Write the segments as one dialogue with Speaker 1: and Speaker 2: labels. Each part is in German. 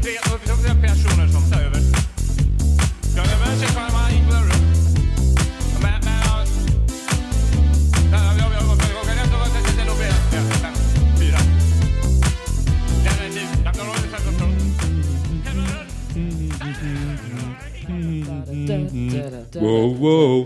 Speaker 1: andra personer som tar över. Jag övar sig själv, man gick väl runt. Men, men, ja. Ja, jag- jag- jag- jag- jag kan ändå vara lite till och med. Ja, fem, fyra. Den är ny. Jag kan hålla i fem och två. Helvete.
Speaker 2: Wow, wow.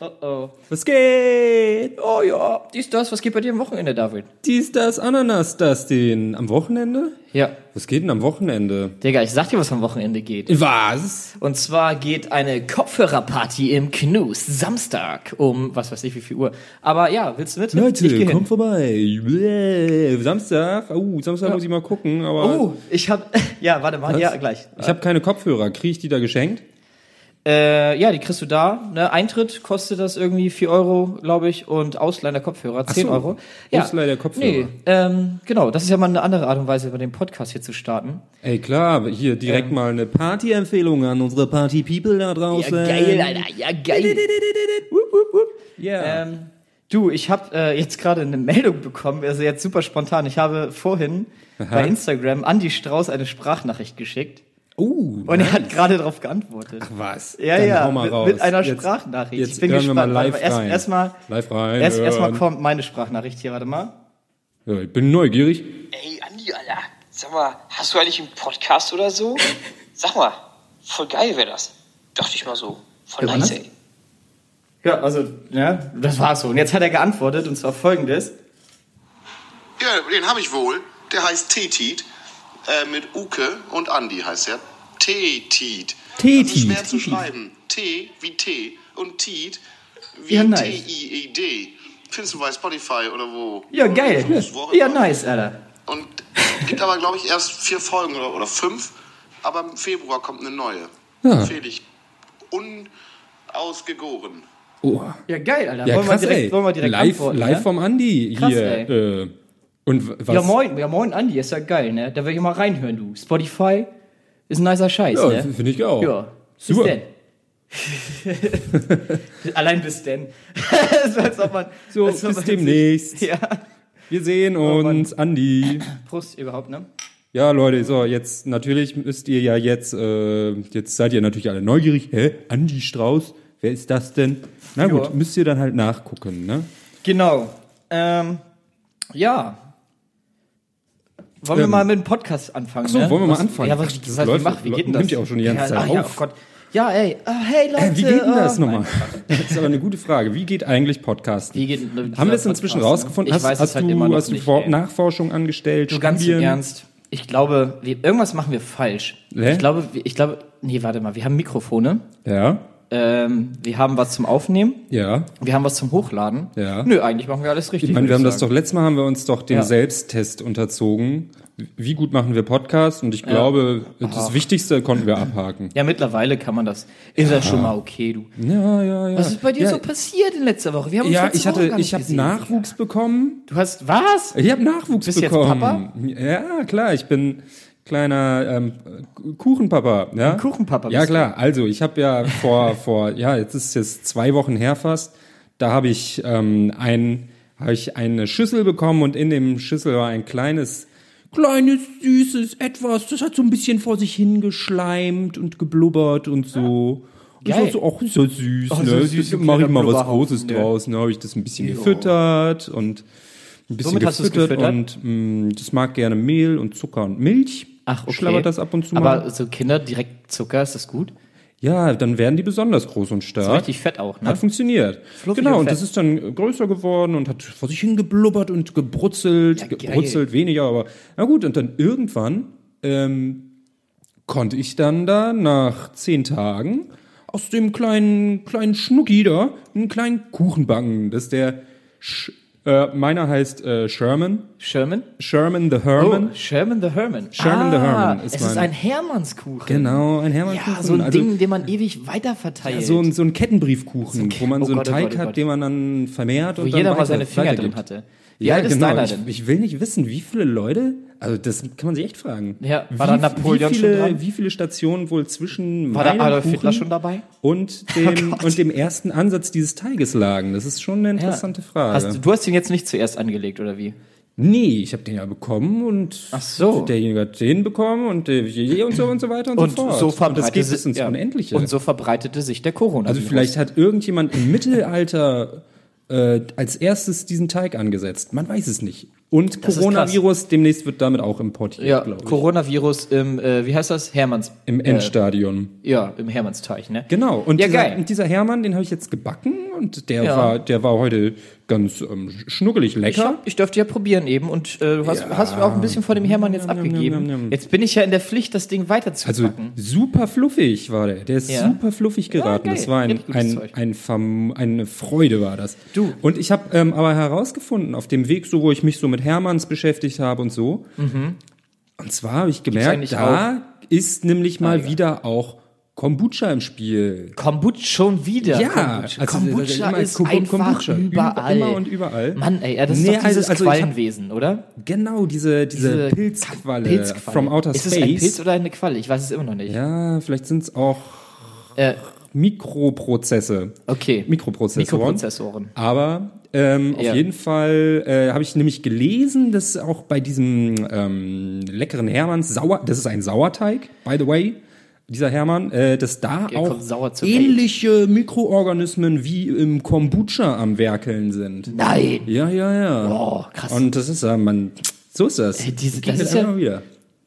Speaker 3: Oh oh.
Speaker 2: Was geht? Oh ja.
Speaker 3: Dies, das, was geht bei dir am Wochenende, David?
Speaker 2: Dies, das, Ananas, das, den. Am Wochenende?
Speaker 3: Ja.
Speaker 2: Was geht denn am Wochenende?
Speaker 3: Digga, ich sag dir, was am Wochenende geht.
Speaker 2: Was?
Speaker 3: Und zwar geht eine Kopfhörerparty im Knus Samstag um, was weiß ich, wie viel Uhr. Aber ja, willst du mit? ich
Speaker 2: Leute,
Speaker 3: geh
Speaker 2: kommt
Speaker 3: hin.
Speaker 2: vorbei. Bläh. Samstag? Oh, Samstag muss ich mal gucken, aber.
Speaker 3: Oh, ich hab, ja, warte mal, ja, gleich.
Speaker 2: Ich habe keine Kopfhörer. Kriege ich die da geschenkt?
Speaker 3: Äh, ja, die kriegst du da. Ne? Eintritt kostet das irgendwie 4 Euro, glaube ich, und Ausleihen der Kopfhörer 10
Speaker 2: so.
Speaker 3: Euro.
Speaker 2: Ausleihen der Kopfhörer.
Speaker 3: Nee, ähm, genau, das ist ja mal eine andere Art und Weise, über den Podcast hier zu starten.
Speaker 2: Ey, klar, hier direkt mal eine Party-Empfehlung an unsere Party-People da draußen.
Speaker 3: ja, geil. Wupp, wupp, wupp.
Speaker 2: Ja.
Speaker 3: Ähm, du, ich habe äh, jetzt gerade eine Meldung bekommen, also jetzt super spontan. Ich habe vorhin bei Instagram Andy Strauß eine Sprachnachricht geschickt
Speaker 2: Oh,
Speaker 3: und er hat gerade darauf geantwortet.
Speaker 2: was?
Speaker 3: Ja,
Speaker 2: Dann
Speaker 3: ja,
Speaker 2: hau mal
Speaker 3: mit,
Speaker 2: raus.
Speaker 3: mit einer
Speaker 2: Jetzt-
Speaker 3: Sprachnachricht.
Speaker 2: Jetzt
Speaker 3: ich bin
Speaker 2: hören
Speaker 3: gespannt.
Speaker 2: wir mal live
Speaker 3: Warte mal, erst-
Speaker 2: rein.
Speaker 3: erst mal-
Speaker 2: live rein.
Speaker 3: Erst erstmal
Speaker 2: hören.
Speaker 3: kommt meine Sprachnachricht hier, warte mal.
Speaker 2: Ja, ich bin neugierig.
Speaker 4: Ey, Andi, Alter, sag mal, hast du eigentlich einen Podcast oder so? Sag mal, voll geil wäre das. Dachte ich mal so. Voll
Speaker 3: Ja,
Speaker 4: nice,
Speaker 3: ne?
Speaker 4: ey.
Speaker 3: Ja, also, ja, das war's so. Und jetzt hat er geantwortet und zwar folgendes.
Speaker 5: Ja, den habe ich wohl. Der heißt Tetit. Äh, mit Uke und Andi heißt er. Tetit.
Speaker 2: Tetit.
Speaker 5: Das ist schwer zu
Speaker 2: Tetit.
Speaker 5: schreiben. T wie T und Tit wie
Speaker 3: Ja, nice.
Speaker 5: T-I-E-D. Findest du bei Spotify oder wo?
Speaker 3: Ja, geil. Ja, nice, Alter.
Speaker 5: Und gibt aber, glaube ich, erst vier Folgen oder, oder fünf. Aber im Februar kommt eine neue.
Speaker 2: Ja.
Speaker 3: Ah.
Speaker 5: Empfehle ich. Unausgegoren.
Speaker 2: Oh.
Speaker 3: Ja, geil, Alter.
Speaker 2: Ja,
Speaker 3: wollen,
Speaker 2: krass,
Speaker 3: wir direkt,
Speaker 2: ey.
Speaker 3: wollen wir direkt
Speaker 2: live
Speaker 3: antworten,
Speaker 2: live
Speaker 3: ne?
Speaker 2: vom Andi
Speaker 3: Krass,
Speaker 2: hier.
Speaker 3: ey.
Speaker 2: Äh, und w- was?
Speaker 3: Ja, moin, ja, moin, Andi, ist ja geil, ne? Da will ich mal reinhören, du. Spotify ist ein nicer Scheiß,
Speaker 2: Ja,
Speaker 3: ne?
Speaker 2: f- finde ich auch.
Speaker 3: Ja, bis
Speaker 2: Super.
Speaker 3: denn. Allein bis denn. so, als ob man,
Speaker 2: So,
Speaker 3: als ob
Speaker 2: bis
Speaker 3: man-
Speaker 2: demnächst.
Speaker 3: Ja,
Speaker 2: Wir sehen
Speaker 3: Oh, Mann.
Speaker 2: uns, Andi.
Speaker 3: Prost überhaupt, ne?
Speaker 2: Ja, Leute, so, jetzt natürlich müsst ihr ja jetzt, äh, jetzt seid ihr natürlich alle neugierig. Hä? Andi Strauß? Wer ist das denn? Na gut,
Speaker 3: Ja.
Speaker 2: müsst ihr dann halt nachgucken, ne?
Speaker 3: Genau. Ähm, ja. Wollen wir
Speaker 2: Ähm.
Speaker 3: mal mit dem Podcast anfangen?
Speaker 2: so,
Speaker 3: ne?
Speaker 2: wollen wir mal
Speaker 3: Was-
Speaker 2: anfangen?
Speaker 3: Ja, was,
Speaker 2: Das
Speaker 3: was, wie,
Speaker 2: läuft-
Speaker 3: mach, wie geht denn das?
Speaker 2: nimmt ja auch schon die ganze
Speaker 3: ja,
Speaker 2: Zeit
Speaker 3: ach, Ja, oh
Speaker 2: auf. Äh,
Speaker 3: Gott. Ja, ey. Ah, hey, Leute.
Speaker 2: Wie geht denn das
Speaker 3: ah,
Speaker 2: nochmal?
Speaker 3: nein.
Speaker 2: Das ist aber eine gute Frage. Wie geht eigentlich Podcasten?
Speaker 3: Wie geht denn dieser
Speaker 2: Haben wir es inzwischen
Speaker 3: Podcast, ne?
Speaker 2: rausgefunden?
Speaker 3: Ich
Speaker 2: Hast,
Speaker 3: weiß es
Speaker 2: hast
Speaker 3: halt
Speaker 2: du,
Speaker 3: immer noch
Speaker 2: hast du
Speaker 3: nicht,
Speaker 2: Vor
Speaker 3: ey.
Speaker 2: Nachforschung angestellt?
Speaker 3: Du ganz im
Speaker 2: Studien?
Speaker 3: Ernst. Ich glaube, wir, irgendwas machen wir falsch.
Speaker 2: Hä?
Speaker 3: Ich glaube, wir- ich glaube, nee, warte mal, wir haben Mikrofone,
Speaker 2: Ja,
Speaker 3: ähm, wir haben was zum Aufnehmen,
Speaker 2: ja.
Speaker 3: wir haben was zum Hochladen.
Speaker 2: Ja.
Speaker 3: Nö, eigentlich machen wir alles richtig.
Speaker 2: Ich meine, wir haben
Speaker 3: würde
Speaker 2: das doch, letztes Mal haben wir uns doch dem
Speaker 3: Ja.
Speaker 2: Selbsttest unterzogen. Wie gut machen wir Podcasts? Und ich glaube, das Wichtigste konnten wir abhaken.
Speaker 3: Ja, mittlerweile kann man das. Ist ja. das schon mal okay, du.
Speaker 2: Ja, ja, ja.
Speaker 3: Was ist bei dir
Speaker 2: ja,
Speaker 3: so passiert in letzter Woche? Wir haben uns
Speaker 2: Ja,
Speaker 3: letzte
Speaker 2: ich
Speaker 3: Woche
Speaker 2: hatte,
Speaker 3: gar nicht
Speaker 2: ich habe
Speaker 3: gesehen.
Speaker 2: Nachwuchs bekommen.
Speaker 3: Du hast was?
Speaker 2: Ich habe Nachwuchs
Speaker 3: Bist du jetzt
Speaker 2: bekommen. Jetzt Papa? Ja, klar, ich bin kleiner ähm, Kuchenpapa. Ja?
Speaker 3: Kuchenpapa
Speaker 2: Ja,
Speaker 3: bist du.
Speaker 2: klar. Also ich habe ja vor, vor, ja, jetzt ist jetzt zwei Wochen her fast. Da habe ich ähm, ein, habe ich eine Schüssel bekommen und in dem Schüssel war ein kleines kleines, süßes etwas, das hat so ein bisschen vor sich hingeschleimt und geblubbert und so. Und ich
Speaker 3: Ah, Geil.
Speaker 2: war so, ach, ist ja süß,
Speaker 3: Ach,
Speaker 2: ne?
Speaker 3: so süß, so
Speaker 2: Mach ich
Speaker 3: kleiner
Speaker 2: mal was
Speaker 3: Blubberhaufen,
Speaker 2: Großes
Speaker 3: ne?
Speaker 2: draus, ne? Habe ich das ein bisschen gefüttert und ein bisschen
Speaker 3: Womit hast du's
Speaker 2: gefüttert,
Speaker 3: gefüttert?
Speaker 2: und mh, das mag gerne Mehl und Zucker und Milch.
Speaker 3: Ach, okay.
Speaker 2: Schlabbert das ab und zu
Speaker 3: Aber
Speaker 2: mal.
Speaker 3: so Kinder direkt Zucker, ist das gut?
Speaker 2: Ja, dann werden die besonders groß und stark.
Speaker 3: Ist richtig fett auch, ne?
Speaker 2: Hat funktioniert.
Speaker 3: Fluffig
Speaker 2: genau,
Speaker 3: und
Speaker 2: und das
Speaker 3: fett.
Speaker 2: ist dann größer geworden und hat vor sich hingeblubbert und gebrutzelt,
Speaker 3: Ja, geil.
Speaker 2: gebrutzelt weniger, aber na gut, und dann irgendwann ähm, konnte ich dann da nach zehn Tagen aus dem kleinen, kleinen Schnucki da einen kleinen Kuchen backen. Das ist der, Sch äh, meiner heißt äh, Sherman,
Speaker 3: Sherman?
Speaker 2: Sherman the Herman.
Speaker 3: Oh, Sherman the Herman.
Speaker 2: Sherman the Herman ist
Speaker 3: Ist es ist
Speaker 2: mein-
Speaker 3: ein Hermannskuchen.
Speaker 2: Genau, ein Hermannskuchen.
Speaker 3: Ja, so ein
Speaker 2: also,
Speaker 3: Ding, den man ewig weiter verteilt.
Speaker 2: So ein, so ein Kettenbriefkuchen, wo man
Speaker 3: oh
Speaker 2: so einen
Speaker 3: Gott, oh
Speaker 2: Teig
Speaker 3: Gott, oh
Speaker 2: hat,
Speaker 3: Gott.
Speaker 2: den man dann vermehrt
Speaker 3: wo
Speaker 2: und
Speaker 3: jeder
Speaker 2: dann
Speaker 3: mal
Speaker 2: weiter,
Speaker 3: seine Finger
Speaker 2: weitergibt.
Speaker 3: drin hatte. Wie
Speaker 2: ja,
Speaker 3: alt ist
Speaker 2: genau.
Speaker 3: deiner
Speaker 2: ich,
Speaker 3: denn?
Speaker 2: ich will nicht wissen, wie viele Leute, also das kann man sich echt fragen.
Speaker 3: Ja,
Speaker 2: wie,
Speaker 3: war da Napoleon
Speaker 2: wie
Speaker 3: schon
Speaker 2: viele,
Speaker 3: dran?
Speaker 2: Wie viele Stationen wohl zwischen
Speaker 3: War da
Speaker 2: meinem
Speaker 3: Adolf
Speaker 2: Kuchen
Speaker 3: Hitler schon dabei?
Speaker 2: und dem,
Speaker 3: Oh Gott.
Speaker 2: und dem ersten Ansatz dieses Teiges lagen? Das ist schon eine
Speaker 3: Ja.
Speaker 2: interessante Frage.
Speaker 3: Hast, du- du hast ihn jetzt nicht zuerst angelegt, oder wie?
Speaker 2: Nee, ich habe den ja bekommen und
Speaker 3: Ach so.
Speaker 2: derjenige hat den bekommen und derjenige und so und so weiter und,
Speaker 3: Und
Speaker 2: so fort.
Speaker 3: so
Speaker 2: und das
Speaker 3: verbreitete
Speaker 2: geht bis ins
Speaker 3: ja.
Speaker 2: Unendliche.
Speaker 3: Und so verbreitete sich der Corona.
Speaker 2: also vielleicht hat irgendjemand im Mittelalter äh, als erstes diesen Teig angesetzt. Man weiß es nicht. Und
Speaker 3: Das ist
Speaker 2: Coronavirus demnächst wird damit auch importiert,
Speaker 3: ja,
Speaker 2: glaube ich.
Speaker 3: Coronavirus im, äh, wie heißt das? Hermanns.
Speaker 2: Im Endstadion.
Speaker 3: Äh, ja, im Hermannsteich, ne?
Speaker 2: Genau. Und
Speaker 3: Ja,
Speaker 2: dieser,
Speaker 3: geil.
Speaker 2: und dieser Hermann, den habe ich jetzt gebacken und der
Speaker 3: Ja.
Speaker 2: war, der war heute ganz ähm, schnuckelig
Speaker 3: Ich,
Speaker 2: lecker.
Speaker 3: hab, ich durfte ja probieren eben und äh, du hast, hast mir auch ein bisschen von dem Hermann jetzt
Speaker 2: Nom, nom, nom,
Speaker 3: abgegeben.
Speaker 2: nom, nom.
Speaker 3: Jetzt bin ich ja in der Pflicht, das Ding
Speaker 2: Also
Speaker 3: weiterzupacken.
Speaker 2: super fluffig war der. Der ist
Speaker 3: Ja.
Speaker 2: super fluffig geraten.
Speaker 3: geil.
Speaker 2: das war ein,
Speaker 3: Richtig gutes
Speaker 2: ein,
Speaker 3: Zeug.
Speaker 2: ein Verm eine Freude war das.
Speaker 3: Du.
Speaker 2: Und ich habe ähm, aber herausgefunden, auf dem Weg, so wo ich mich so mit Hermanns beschäftigt habe und so, und zwar habe ich gemerkt,
Speaker 3: Mhm. eigentlich Ah,
Speaker 2: da ist nämlich mal wieder auch Kombucha im Spiel.
Speaker 3: Kombut schon wieder.
Speaker 2: Ja,
Speaker 3: Kombucha,
Speaker 2: also
Speaker 3: Kombucha
Speaker 2: immer
Speaker 3: ist
Speaker 2: Kom-
Speaker 3: einfach
Speaker 2: Kombucha.
Speaker 3: überall.
Speaker 2: Immer und überall.
Speaker 3: Mann, ey, ja, das ist
Speaker 2: Nee,
Speaker 3: doch dieses
Speaker 2: also- also ich hab-
Speaker 3: Quallenwesen, oder?
Speaker 2: Genau, diese, diese, Pilzqualle, from outer
Speaker 3: ist
Speaker 2: space.
Speaker 3: es ein Pilz oder eine Qualle? Ich weiß es immer noch nicht.
Speaker 2: ja, vielleicht sind es auch
Speaker 3: Äh,
Speaker 2: Mikroprozesse.
Speaker 3: okay.
Speaker 2: Mikroprozessoren.
Speaker 3: Mikroprozessoren.
Speaker 2: Aber ähm,
Speaker 3: Ja.
Speaker 2: auf jeden Fall äh, habe ich nämlich gelesen, dass auch bei diesem ähm, leckeren Hermanns Sauer, das ist ein Sauerteig, by the way, dieser Hermann, äh, dass da
Speaker 3: Der
Speaker 2: auch
Speaker 3: kommt sauer zur Welt.
Speaker 2: ähnliche Mikroorganismen wie im Kombucha am werkeln sind.
Speaker 3: Nein.
Speaker 2: Ja, ja, ja.
Speaker 3: Boah, krass.
Speaker 2: Und das ist ja, man, so ist das.
Speaker 3: Ey, diese-
Speaker 2: Geht
Speaker 3: das ist ja-
Speaker 2: immer wieder.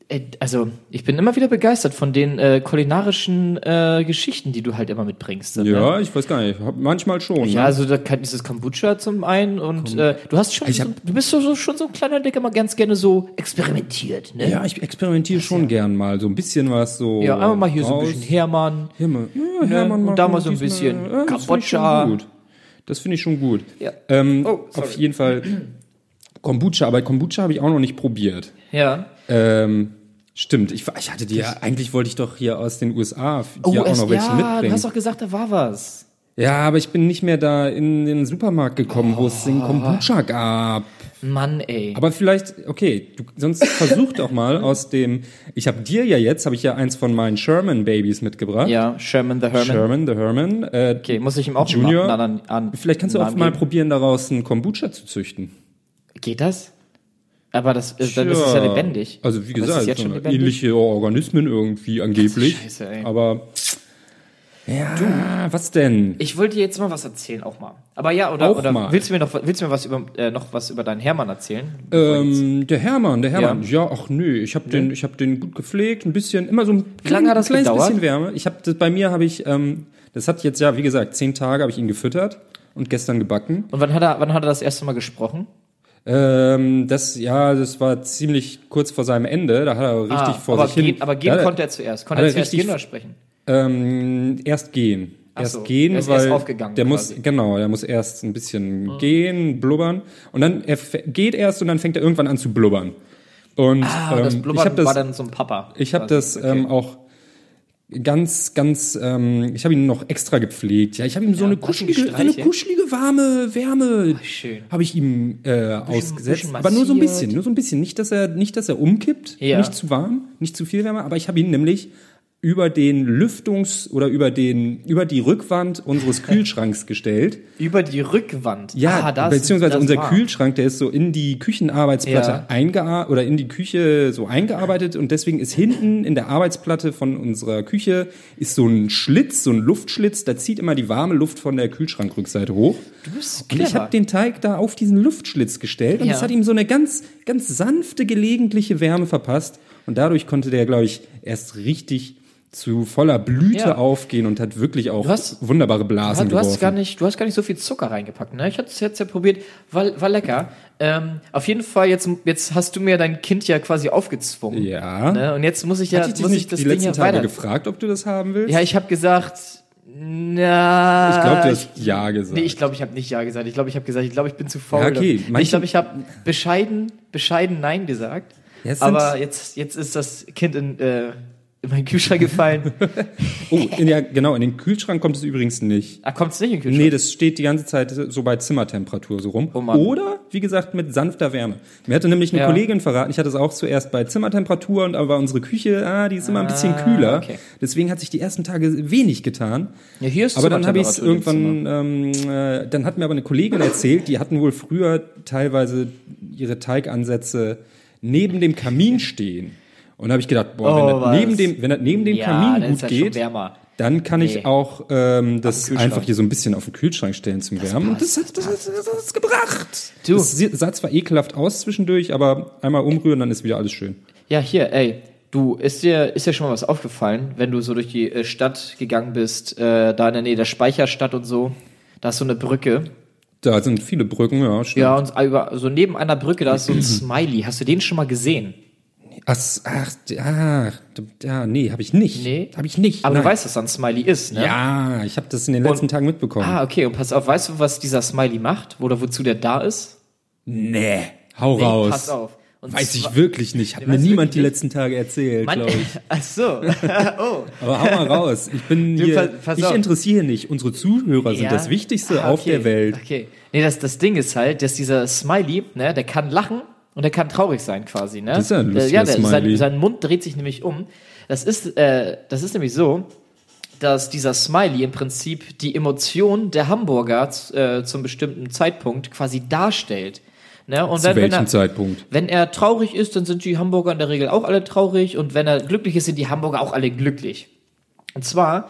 Speaker 3: Äh, Also, ich bin immer wieder begeistert von den äh, kulinarischen äh, Geschichten, die du halt immer mitbringst. so, ne?
Speaker 2: Ja, ich weiß gar nicht. Hab- Manchmal schon.
Speaker 3: Ja,
Speaker 2: ne?
Speaker 3: also da kann dieses Kombucha zum einen und äh, du hast schon,
Speaker 2: Also Ich
Speaker 3: so,
Speaker 2: hab-
Speaker 3: du bist so, so, schon so ein kleiner Dicker mal ganz gerne so experimentiert, ne?
Speaker 2: ja Äh, ich experimentiere schon gern mal. So ein bisschen was so.
Speaker 3: Ja, einmal mal hier so ein
Speaker 2: raus.
Speaker 3: bisschen Hermann.
Speaker 2: Hier mal, ja, Hermann
Speaker 3: und
Speaker 2: machen,
Speaker 3: da mal so ein
Speaker 2: diesmal,
Speaker 3: bisschen
Speaker 2: ja, das finde ich schon
Speaker 3: Kambodscha.
Speaker 2: gut. Das finde ich schon gut.
Speaker 3: Ja.
Speaker 2: Ähm,
Speaker 3: Oh, sorry.
Speaker 2: auf jeden Fall Kombucha, aber Kombucha habe ich auch noch nicht probiert.
Speaker 3: Ja.
Speaker 2: Ähm, stimmt, ich, ich hatte dir, eigentlich wollte ich doch hier aus den USA f- dir auch
Speaker 3: Oh, es-
Speaker 2: noch welche
Speaker 3: du
Speaker 2: mitbringen.
Speaker 3: hast doch gesagt, da war was.
Speaker 2: Ja, aber ich bin nicht mehr da in den Supermarkt gekommen, wo es
Speaker 3: Ah.
Speaker 2: den Kombucha gab.
Speaker 3: Mann, ey.
Speaker 2: Aber vielleicht, okay, du, sonst versuch doch mal aus dem, ich habe dir ja jetzt, habe ich ja eins von meinen Sherman Babies mitgebracht.
Speaker 3: ja, Sherman the Herman.
Speaker 2: Sherman, the Herman. Äh,
Speaker 3: Okay, muss ich ihm auch
Speaker 2: Junior?
Speaker 3: einen Namen- Namen- an,
Speaker 2: Vielleicht kannst du auch
Speaker 3: Namen
Speaker 2: mal
Speaker 3: geben?
Speaker 2: probieren, daraus einen Kombucha zu züchten.
Speaker 3: Geht das? Aber das, äh, dann ist es ja lebendig.
Speaker 2: Also wie
Speaker 3: Aber ist es
Speaker 2: gesagt,
Speaker 3: jetzt schon
Speaker 2: so
Speaker 3: lebendig?
Speaker 2: ähnliche Organismen irgendwie angeblich.
Speaker 3: Scheiße, ey.
Speaker 2: Aber ja, was denn?
Speaker 3: Ich wollte dir jetzt mal was erzählen, auch mal. Aber ja, oder,
Speaker 2: Auch
Speaker 3: oder
Speaker 2: mal.
Speaker 3: willst du mir noch, willst du mir was über, äh, noch was über deinen Hermann erzählen?
Speaker 2: Ähm, der Hermann, der Hermann. Ja, ach nö, ich habe den, ich habe den gut gepflegt, ein bisschen, immer so ein
Speaker 3: lange hat das
Speaker 2: kleines
Speaker 3: gedauert?
Speaker 2: bisschen Wärme. Ich habe, bei mir habe ich, ähm, das hat jetzt ja, wie gesagt, zehn Tage habe ich ihn gefüttert und gestern gebacken.
Speaker 3: Und wann hat er, wann hat er das erste Mal gesprochen?
Speaker 2: Ähm, das, ja, das war ziemlich kurz vor seinem Ende. Da hat er richtig
Speaker 3: Ah,
Speaker 2: vor
Speaker 3: aber
Speaker 2: sich hin.
Speaker 3: gehen, aber gehen
Speaker 2: da,
Speaker 3: konnte er zuerst. Konnte
Speaker 2: hat
Speaker 3: er
Speaker 2: er
Speaker 3: zuerst
Speaker 2: richtig-
Speaker 3: gehen oder sprechen?
Speaker 2: Ähm, erst gehen.
Speaker 3: Ach
Speaker 2: Erst
Speaker 3: so,
Speaker 2: gehen,
Speaker 3: er ist
Speaker 2: weil
Speaker 3: erst aufgegangen
Speaker 2: der muss
Speaker 3: quasi. Mhm.
Speaker 2: genau, der muss erst ein bisschen gehen, blubbern und dann er f- geht erst und dann fängt er irgendwann an zu blubbern. Und
Speaker 3: Ah,
Speaker 2: ähm,
Speaker 3: das
Speaker 2: ich habe
Speaker 3: Blubbern war
Speaker 2: das,
Speaker 3: dann so ein Papa.
Speaker 2: ich habe
Speaker 3: quasi.
Speaker 2: das
Speaker 3: Okay.
Speaker 2: ähm, auch ganz, ganz, ähm, ich habe ihn noch extra gepflegt. Ja, ich habe ihm so eine
Speaker 3: hast du ihn
Speaker 2: kuschelige, so eine
Speaker 3: gestreichelt?
Speaker 2: kuschelige warme Wärme
Speaker 3: schön.
Speaker 2: habe ich ihm äh, ausgesetzt,
Speaker 3: bisschen
Speaker 2: aber nur so ein
Speaker 3: massiert.
Speaker 2: bisschen, nur so ein bisschen, nicht dass er, nicht dass er umkippt,
Speaker 3: Ja.
Speaker 2: nicht zu warm, nicht zu viel Wärme, aber ich habe ihn nämlich über den Lüftungs- oder über den über die Rückwand unseres Kühlschranks gestellt.
Speaker 3: Über die Rückwand.
Speaker 2: Ja,
Speaker 3: ah, das,
Speaker 2: beziehungsweise
Speaker 3: das
Speaker 2: unser
Speaker 3: war-
Speaker 2: Kühlschrank, der ist so in die Küchenarbeitsplatte
Speaker 3: Ja.
Speaker 2: eingearbeitet oder in die Küche so eingearbeitet und deswegen ist hinten in der Arbeitsplatte von unserer Küche ist so ein Schlitz, so ein Luftschlitz, da zieht immer die warme Luft von der Kühlschrankrückseite hoch.
Speaker 3: Du bist
Speaker 2: Und ich
Speaker 3: clever.
Speaker 2: habe den Teig da auf diesen Luftschlitz gestellt und
Speaker 3: Ja.
Speaker 2: es hat ihm so eine ganz, ganz sanfte gelegentliche Wärme verpasst. Und dadurch konnte der, glaube ich, erst richtig zu voller Blüte
Speaker 3: Ja.
Speaker 2: aufgehen und hat wirklich auch
Speaker 3: Du hast-
Speaker 2: wunderbare Blasen
Speaker 3: du hast
Speaker 2: geworfen.
Speaker 3: gar nicht, du hast gar nicht so viel Zucker reingepackt. Ne? Ich hatte es jetzt ja probiert, war, war lecker. Ähm, auf jeden Fall jetzt, jetzt hast du mir dein Kind ja quasi aufgezwungen.
Speaker 2: Ja.
Speaker 3: Ne? Und jetzt muss ich ja,
Speaker 2: Hatte ich dich
Speaker 3: muss ich
Speaker 2: nicht
Speaker 3: das
Speaker 2: die
Speaker 3: Ding
Speaker 2: letzten
Speaker 3: ja
Speaker 2: Tage
Speaker 3: weiter.
Speaker 2: gefragt, ob du das haben willst?
Speaker 3: Ja, ich habe gesagt, na.
Speaker 2: Ich glaub, du hast ja gesagt.
Speaker 3: Nee, ich glaube, ich habe nicht ja gesagt. Ich glaube, ich habe gesagt, ich glaube, ich bin zu faul.
Speaker 2: Ja, okay.
Speaker 3: Nee,
Speaker 2: Manche-
Speaker 3: Ich glaube, ich habe bescheiden, bescheiden nein gesagt.
Speaker 2: Ja, es sind-
Speaker 3: aber jetzt, jetzt ist das Kind in, äh, in meinen Kühlschrank gefallen.
Speaker 2: oh, in der, genau, in den Kühlschrank kommt es übrigens nicht.
Speaker 3: ah, kommt's nicht in den Kühlschrank?
Speaker 2: Nee, das steht die ganze Zeit so bei Zimmertemperatur so rum.
Speaker 3: Oh Mann.
Speaker 2: Oder, wie gesagt, mit sanfter Wärme. Mir hatte nämlich eine
Speaker 3: Ja.
Speaker 2: Kollegin verraten, ich hatte es auch zuerst bei Zimmertemperatur, und aber unsere Küche, ah, die ist immer ein bisschen kühler.
Speaker 3: okay.
Speaker 2: Deswegen hat sich die ersten Tage wenig getan.
Speaker 3: Ja, hier ist
Speaker 2: aber dann habe ich es
Speaker 3: Zimmertemperatur im
Speaker 2: irgendwann, ähm, äh, dann hat mir aber eine Kollegin erzählt, die hatten wohl früher teilweise ihre Teigansätze neben dem Kamin stehen. Und da habe ich gedacht, boah,
Speaker 3: Oh,
Speaker 2: wenn, das
Speaker 3: was?
Speaker 2: neben dem, wenn das neben dem
Speaker 3: Ja, dann
Speaker 2: Kamin gut
Speaker 3: ist das schon
Speaker 2: geht,
Speaker 3: wärmer.
Speaker 2: dann kann ich
Speaker 3: Nee.
Speaker 2: auch ähm, das
Speaker 3: Kühlschrank.
Speaker 2: einfach hier so ein bisschen auf den Kühlschrank stellen zum Wärmen. Und das hat das, das, das, hat's gebracht.
Speaker 3: Du.
Speaker 2: Das sah zwar ekelhaft aus zwischendurch, aber einmal umrühren, dann ist wieder alles schön.
Speaker 3: Ja, hier, ey, du, ist dir, ist dir schon mal was aufgefallen, wenn du so durch die äh, Stadt gegangen bist, äh, da in der Nähe der Speicherstadt und so, da ist so eine Brücke.
Speaker 2: Da sind viele Brücken, ja, stimmt.
Speaker 3: Ja, und über, so neben einer Brücke, da ist so ein Smiley. Hast du den schon mal gesehen?
Speaker 2: Ach, ach, ah, ja, nee, habe ich nicht.
Speaker 3: Nee.
Speaker 2: Habe ich nicht.
Speaker 3: Aber
Speaker 2: nein.
Speaker 3: du weißt, dass da ein Smiley ist, ne?
Speaker 2: Ja, ich habe das in den letzten Tagen mitbekommen.
Speaker 3: Ah, okay, und pass auf, weißt du, was dieser Smiley macht? Oder wozu der da ist?
Speaker 2: Nee, hau
Speaker 3: Nee,
Speaker 2: raus.
Speaker 3: pass auf. Und
Speaker 2: Weiß ich
Speaker 3: zwar-
Speaker 2: wirklich nicht. Hat mir
Speaker 3: weißt
Speaker 2: niemand
Speaker 3: wirklich
Speaker 2: die
Speaker 3: nicht.
Speaker 2: letzten Tage erzählt,
Speaker 3: Mann,
Speaker 2: glaube ich.
Speaker 3: ach so. oh.
Speaker 2: Aber hau mal raus. Ich bin hier,
Speaker 3: pass- pass
Speaker 2: ich
Speaker 3: auf.
Speaker 2: interessiere nicht. Unsere Zuhörer sind
Speaker 3: Ja.
Speaker 2: das Wichtigste
Speaker 3: Ah,
Speaker 2: auf
Speaker 3: okay,
Speaker 2: der Welt.
Speaker 3: Okay. Nee, das, das Ding ist halt, dass dieser Smiley, ne, der kann lachen und der kann traurig sein quasi, ne? Das
Speaker 2: ist ja ein lustiger
Speaker 3: ja, der,
Speaker 2: Smiley.
Speaker 3: Sein, sein Mund dreht sich nämlich um. Das ist, äh, das ist nämlich so, dass dieser Smiley im Prinzip die Emotion der Hamburger äh, zum bestimmten Zeitpunkt quasi darstellt. Ne? Und
Speaker 2: Zu
Speaker 3: dann,
Speaker 2: welchem
Speaker 3: wenn er,
Speaker 2: Zeitpunkt?
Speaker 3: Wenn er traurig ist, dann sind die Hamburger in der Regel auch alle traurig und wenn er glücklich ist, sind die Hamburger auch alle glücklich. Und zwar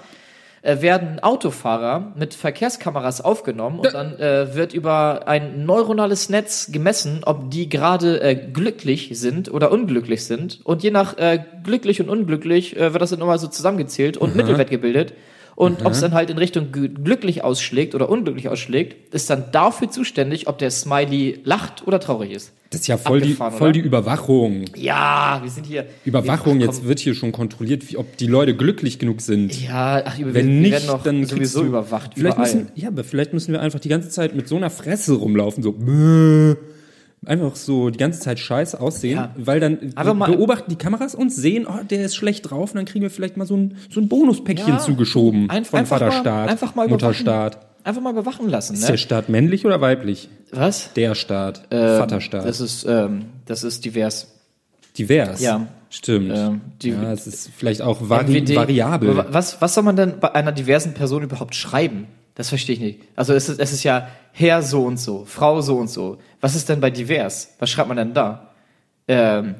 Speaker 3: äh, werden Autofahrer mit Verkehrskameras aufgenommen und dann äh, wird über ein neuronales Netz gemessen, ob die gerade äh, glücklich sind oder unglücklich sind. Und je nach äh, glücklich und unglücklich äh, wird das dann immer so zusammengezählt und Mittelwert gebildet. Und ob es dann halt in Richtung gl- glücklich ausschlägt oder unglücklich ausschlägt, ist dann dafür zuständig, ob der Smiley lacht oder traurig ist.
Speaker 2: Das ist ja voll, die,
Speaker 3: Abgefahren,
Speaker 2: voll
Speaker 3: oder?
Speaker 2: die Überwachung.
Speaker 3: Ja, wir sind hier.
Speaker 2: Überwachung,
Speaker 3: Ach,
Speaker 2: jetzt
Speaker 3: komm.
Speaker 2: wird hier schon kontrolliert, wie, ob die Leute glücklich genug sind.
Speaker 3: Ja, ach, über,
Speaker 2: Wenn
Speaker 3: wir,
Speaker 2: nicht,
Speaker 3: wir werden noch
Speaker 2: dann kriegst
Speaker 3: sowieso
Speaker 2: du,
Speaker 3: überwacht.
Speaker 2: Vielleicht
Speaker 3: überall.
Speaker 2: müssen, ja, aber vielleicht müssen wir einfach die ganze Zeit mit so einer Fresse rumlaufen, so "Bäh." einfach so die ganze Zeit scheiße aussehen,
Speaker 3: Ja.
Speaker 2: weil dann
Speaker 3: Einfach mal-
Speaker 2: beobachten die Kameras uns, sehen, oh, der ist schlecht drauf, und dann kriegen wir vielleicht mal so ein, so ein Bonuspäckchen
Speaker 3: Ja.
Speaker 2: zugeschoben
Speaker 3: Ein-
Speaker 2: von
Speaker 3: einfach mal-
Speaker 2: Vaterstaat,
Speaker 3: einfach mal überwachen.
Speaker 2: Mutterstaat.
Speaker 3: Einfach mal überwachen lassen,
Speaker 2: Ist der
Speaker 3: ne?
Speaker 2: Staat männlich oder weiblich?
Speaker 3: Was?
Speaker 2: Der Staat, Vaterstaat.
Speaker 3: Ähm, Das ist, ähm, das ist divers.
Speaker 2: Divers.
Speaker 3: Ja.
Speaker 2: Stimmt.
Speaker 3: Ähm, die-
Speaker 2: ja, es ist vielleicht auch vari
Speaker 3: NWD.
Speaker 2: variabel.
Speaker 3: Aber wa- Was, was soll man denn bei einer diversen Person überhaupt schreiben? Das verstehe ich nicht. Also es ist, es ist ja Herr so und so, Frau so und so. Was ist denn bei divers? Was schreibt man denn da? Ähm,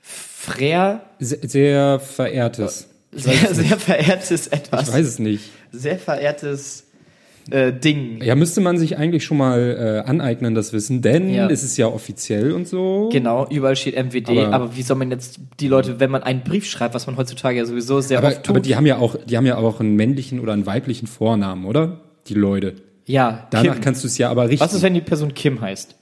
Speaker 3: Frère,
Speaker 2: Sehr, sehr verehrtes.
Speaker 3: sehr, sehr verehrtes etwas.
Speaker 2: Ich weiß es nicht.
Speaker 3: Sehr verehrtes äh, Ding.
Speaker 2: Ja, müsste man sich eigentlich schon mal äh, aneignen, das Wissen, denn
Speaker 3: Ja.
Speaker 2: es ist ja offiziell und so.
Speaker 3: Genau, überall steht MWD,
Speaker 2: Aber-
Speaker 3: aber, wie soll man jetzt die Leute, wenn man einen Brief schreibt, was man heutzutage ja sowieso sehr
Speaker 2: Aber,
Speaker 3: oft tut.
Speaker 2: aber die haben ja auch, die haben ja auch einen männlichen oder einen weiblichen Vornamen, oder? Die Leute.
Speaker 3: ja,
Speaker 2: Danach
Speaker 3: Kim.
Speaker 2: kannst du es ja aber richten.
Speaker 3: Was ist, wenn die Person Kim heißt?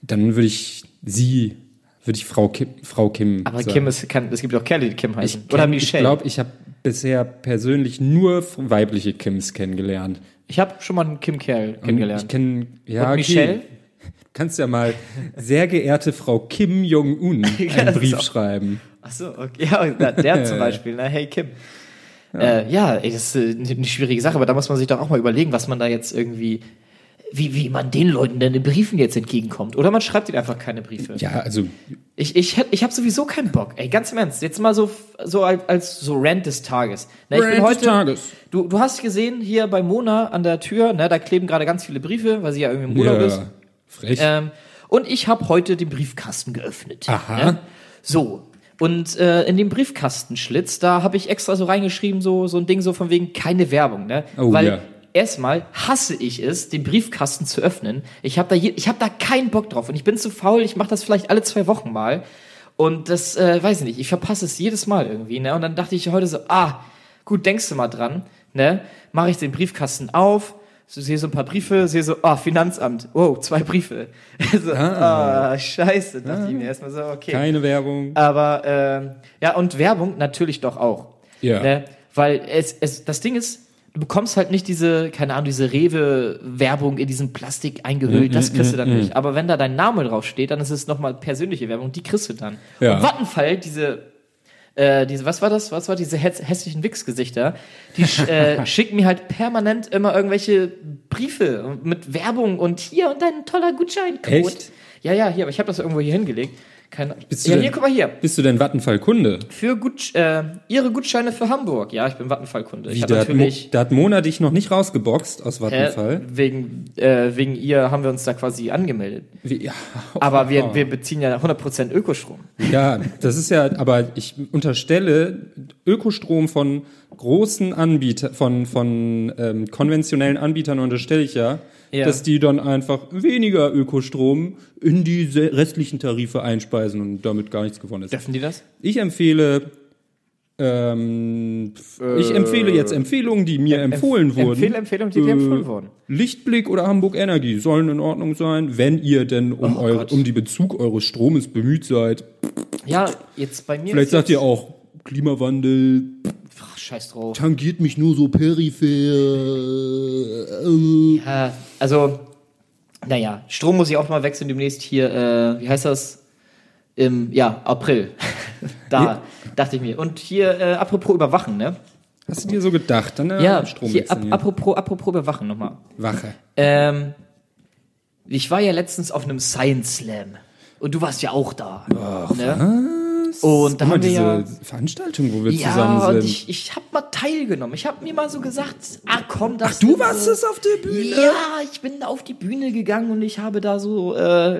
Speaker 2: Dann würde ich sie, würde ich Frau Kim, Frau Kim.
Speaker 3: Aber
Speaker 2: sagen.
Speaker 3: Kim ist, kann, es gibt auch Kerle, die Kim heißen.
Speaker 2: Ich
Speaker 3: Oder
Speaker 2: kenn- Ich
Speaker 3: Michelle.
Speaker 2: glaube, ich habe bisher persönlich nur weibliche Kims kennengelernt.
Speaker 3: Ich habe schon mal einen Kim Kerl kennengelernt.
Speaker 2: Ich kenne ja
Speaker 3: Und Michelle?
Speaker 2: Okay. Du Kannst ja mal sehr geehrte Frau Kim Jong Un einen
Speaker 3: das ist
Speaker 2: Brief
Speaker 3: auch-
Speaker 2: schreiben.
Speaker 3: Ach so, okay. Ja, na, der zum Beispiel, ne? Hey Kim. Ja, äh, ja ey, das ist äh, eine eine schwierige Sache, aber da muss man sich doch auch mal überlegen, was man da jetzt irgendwie, wie, wie man den Leuten denn in Briefen jetzt entgegenkommt. Oder man schreibt ihnen einfach keine Briefe.
Speaker 2: Ja, also
Speaker 3: Ich, ich, hätt- ich habe sowieso keinen Bock. Ey, ganz im Ernst. Jetzt mal so, so als, als so Rant des Tages. Ne, ich
Speaker 2: Rant
Speaker 3: bin
Speaker 2: des
Speaker 3: heute,
Speaker 2: Tages.
Speaker 3: Du, du hast gesehen, hier bei Mona an der Tür, ne, da kleben gerade ganz viele Briefe, weil sie ja irgendwie im Urlaub ist.
Speaker 2: ja, frech.
Speaker 3: Ähm, und ich habe heute den Briefkasten geöffnet.
Speaker 2: Aha.
Speaker 3: Ne? So. Und äh, in dem Briefkastenschlitz, da habe ich extra so reingeschrieben, so, so ein Ding so von wegen keine Werbung. Ne?
Speaker 2: Oh,
Speaker 3: Weil
Speaker 2: ja.
Speaker 3: erstmal hasse ich es, den Briefkasten zu öffnen. Ich habe da, je, ich hab da keinen Bock drauf und ich bin zu faul, ich mache das vielleicht alle zwei Wochen mal. Und das, äh, weiß ich nicht, ich verpasse es jedes Mal irgendwie. Ne? Und dann dachte ich heute so, ah, gut, denkst du mal dran, ne? Mache ich den Briefkasten auf, so, sehe so ein paar Briefe, sehe so, ah, Finanzamt, wow, zwei Briefe. so, ah, scheiße, dachte ich mir erstmal so, okay.
Speaker 2: Keine Werbung.
Speaker 3: Aber ähm, ja, und Werbung natürlich doch auch.
Speaker 2: Ja.
Speaker 3: Ne? Weil es, es, das Ding ist, du bekommst halt nicht diese, keine Ahnung, diese Rewe-Werbung in diesem Plastik
Speaker 2: Mhm,
Speaker 3: eingehüllt, das kriegst du dann nicht. Aber wenn da dein Name drauf steht, dann ist es nochmal persönliche Werbung, die kriegst du dann.
Speaker 2: Ja.
Speaker 3: Und Vattenfall, diese, äh, diese, was war das? Was war diese häss hässlichen Wichsgesichter? Die sch äh, schicken mir halt permanent immer irgendwelche Briefe mit Werbung und hier und dein toller Gutscheincode.
Speaker 2: Echt?
Speaker 3: Ja, ja, hier, aber ich habe das irgendwo hier hingelegt. Keine,
Speaker 2: Bist du
Speaker 3: ja,
Speaker 2: denn-
Speaker 3: hier, guck mal hier.
Speaker 2: Bist du denn Vattenfall-Kunde?
Speaker 3: Für Gut, äh, ihre Gutscheine für Hamburg. Ja, ich bin Vattenfallkunde. Ich
Speaker 2: Wie,
Speaker 3: habe
Speaker 2: Da hat, Mo,
Speaker 3: natürlich.
Speaker 2: da hat Mona dich noch nicht rausgeboxt aus
Speaker 3: Äh,
Speaker 2: Vattenfall.
Speaker 3: wegen, äh, wegen ihr haben wir uns da quasi angemeldet.
Speaker 2: Wie, ja, oh,
Speaker 3: Aber
Speaker 2: Ah.
Speaker 3: wir, wir beziehen ja 100% Ökostrom.
Speaker 2: ja, das ist ja, aber ich unterstelle Ökostrom von großen Anbietern, von, von ähm, konventionellen Anbietern unterstelle ich ja,
Speaker 3: Ja.
Speaker 2: dass die dann einfach weniger Ökostrom in die se- restlichen Tarife einspeisen und damit gar nichts gewonnen ist.
Speaker 3: Dürfen die das?
Speaker 2: Ich empfehle, ähm, pf, ich empfehle jetzt Empfehlungen, die mir empfohlen wurden. Äh,
Speaker 3: Empfehle Empfehlungen, die dir empfohlen wurden.
Speaker 2: Lichtblick oder Hamburg Energy sollen in Ordnung sein, wenn ihr denn um,
Speaker 3: Oh
Speaker 2: eure,
Speaker 3: Gott.
Speaker 2: um die Bezug eures Stromes bemüht seid.
Speaker 3: Ja, jetzt bei mir.
Speaker 2: Vielleicht
Speaker 3: ist
Speaker 2: sagt
Speaker 3: jetzt-
Speaker 2: ihr auch, Klimawandel
Speaker 3: Ach, scheiß drauf.
Speaker 2: tangiert mich nur so äh, peripher.
Speaker 3: Ja, also, naja, Strom muss ich auch mal wechseln demnächst hier, äh, wie heißt das? Im, ja, April. da dachte ich mir. Und hier, äh, apropos überwachen, ne?
Speaker 2: Hast du dir so gedacht? Dann äh,
Speaker 3: Ja,
Speaker 2: Strom
Speaker 3: hier, ap
Speaker 2: wechseln hier.
Speaker 3: apropos, apropos überwachen nochmal.
Speaker 2: Wache.
Speaker 3: Ähm, ich war ja letztens auf einem Science Slam. Und du warst ja auch da. Ach, ne? Und da
Speaker 2: Guck mal,
Speaker 3: haben wir
Speaker 2: diese
Speaker 3: ja.
Speaker 2: Veranstaltung, wo wir zusammen
Speaker 3: Ja,
Speaker 2: sind.
Speaker 3: und ich, ich habe mal teilgenommen. Ich habe mir mal so gesagt, ah komm, das Ach,
Speaker 2: du warst es ne? auf der Bühne?
Speaker 3: Ja, ich bin auf die Bühne gegangen und ich habe da so äh,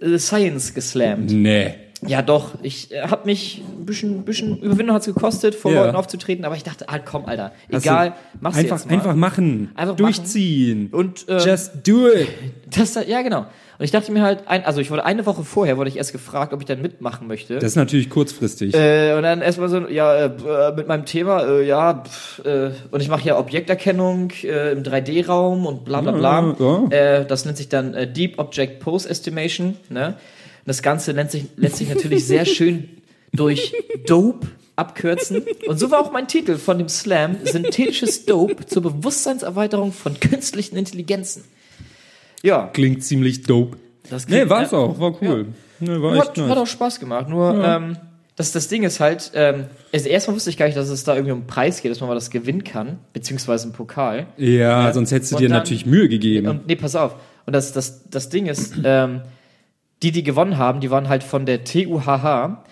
Speaker 3: äh, Science geslammt.
Speaker 2: nee.
Speaker 3: Ja, doch, ich äh, habe mich ein bisschen, bisschen Überwindung hat's gekostet, vor
Speaker 2: Ja.
Speaker 3: Leuten aufzutreten, aber ich dachte, ah komm, Alter,
Speaker 2: Hast du-
Speaker 3: egal, mach's
Speaker 2: Also einfach,
Speaker 3: jetzt mal.
Speaker 2: einfach machen.
Speaker 3: Einfach
Speaker 2: durchziehen.
Speaker 3: Und, äh,
Speaker 2: Just do it.
Speaker 3: Das, da- ja, genau. Und ich dachte mir halt, ein, also ich wurde eine Woche vorher, wurde ich erst gefragt, ob ich dann mitmachen möchte.
Speaker 2: Das ist natürlich kurzfristig.
Speaker 3: Äh, und dann erstmal so, ja, äh, äh, mit meinem Thema, äh, ja, pf, äh, und ich mache ja Objekterkennung äh, im 3D-Raum und bla bla bla.
Speaker 2: Ja,
Speaker 3: Äh, das nennt sich dann äh, Deep Object Pose Estimation. Ne? Und das Ganze nennt sich, lässt sich natürlich sehr schön durch Dope abkürzen. Und so war auch mein Titel von dem Slam, synthetisches Dope zur Bewusstseinserweiterung von künstlichen Intelligenzen. Ja,
Speaker 2: Klingt ziemlich dope.
Speaker 3: das
Speaker 2: Nee,
Speaker 3: klingt-
Speaker 2: war's auch. War cool. Nee, war echt
Speaker 3: hat,
Speaker 2: nice.
Speaker 3: hat auch Spaß gemacht, nur ähm, das, das Ding ist halt, ähm, also erstmal wusste ich gar nicht, dass es da irgendwie um einen Preis geht, dass man mal das gewinnen kann, beziehungsweise einen Pokal.
Speaker 2: ja, sonst hättest du
Speaker 3: Und
Speaker 2: dir
Speaker 3: dann-
Speaker 2: natürlich Mühe gegeben.
Speaker 3: Und nee, pass auf. Und das, das, das Ding ist, ähm, die, die gewonnen haben, die waren halt von der TUHH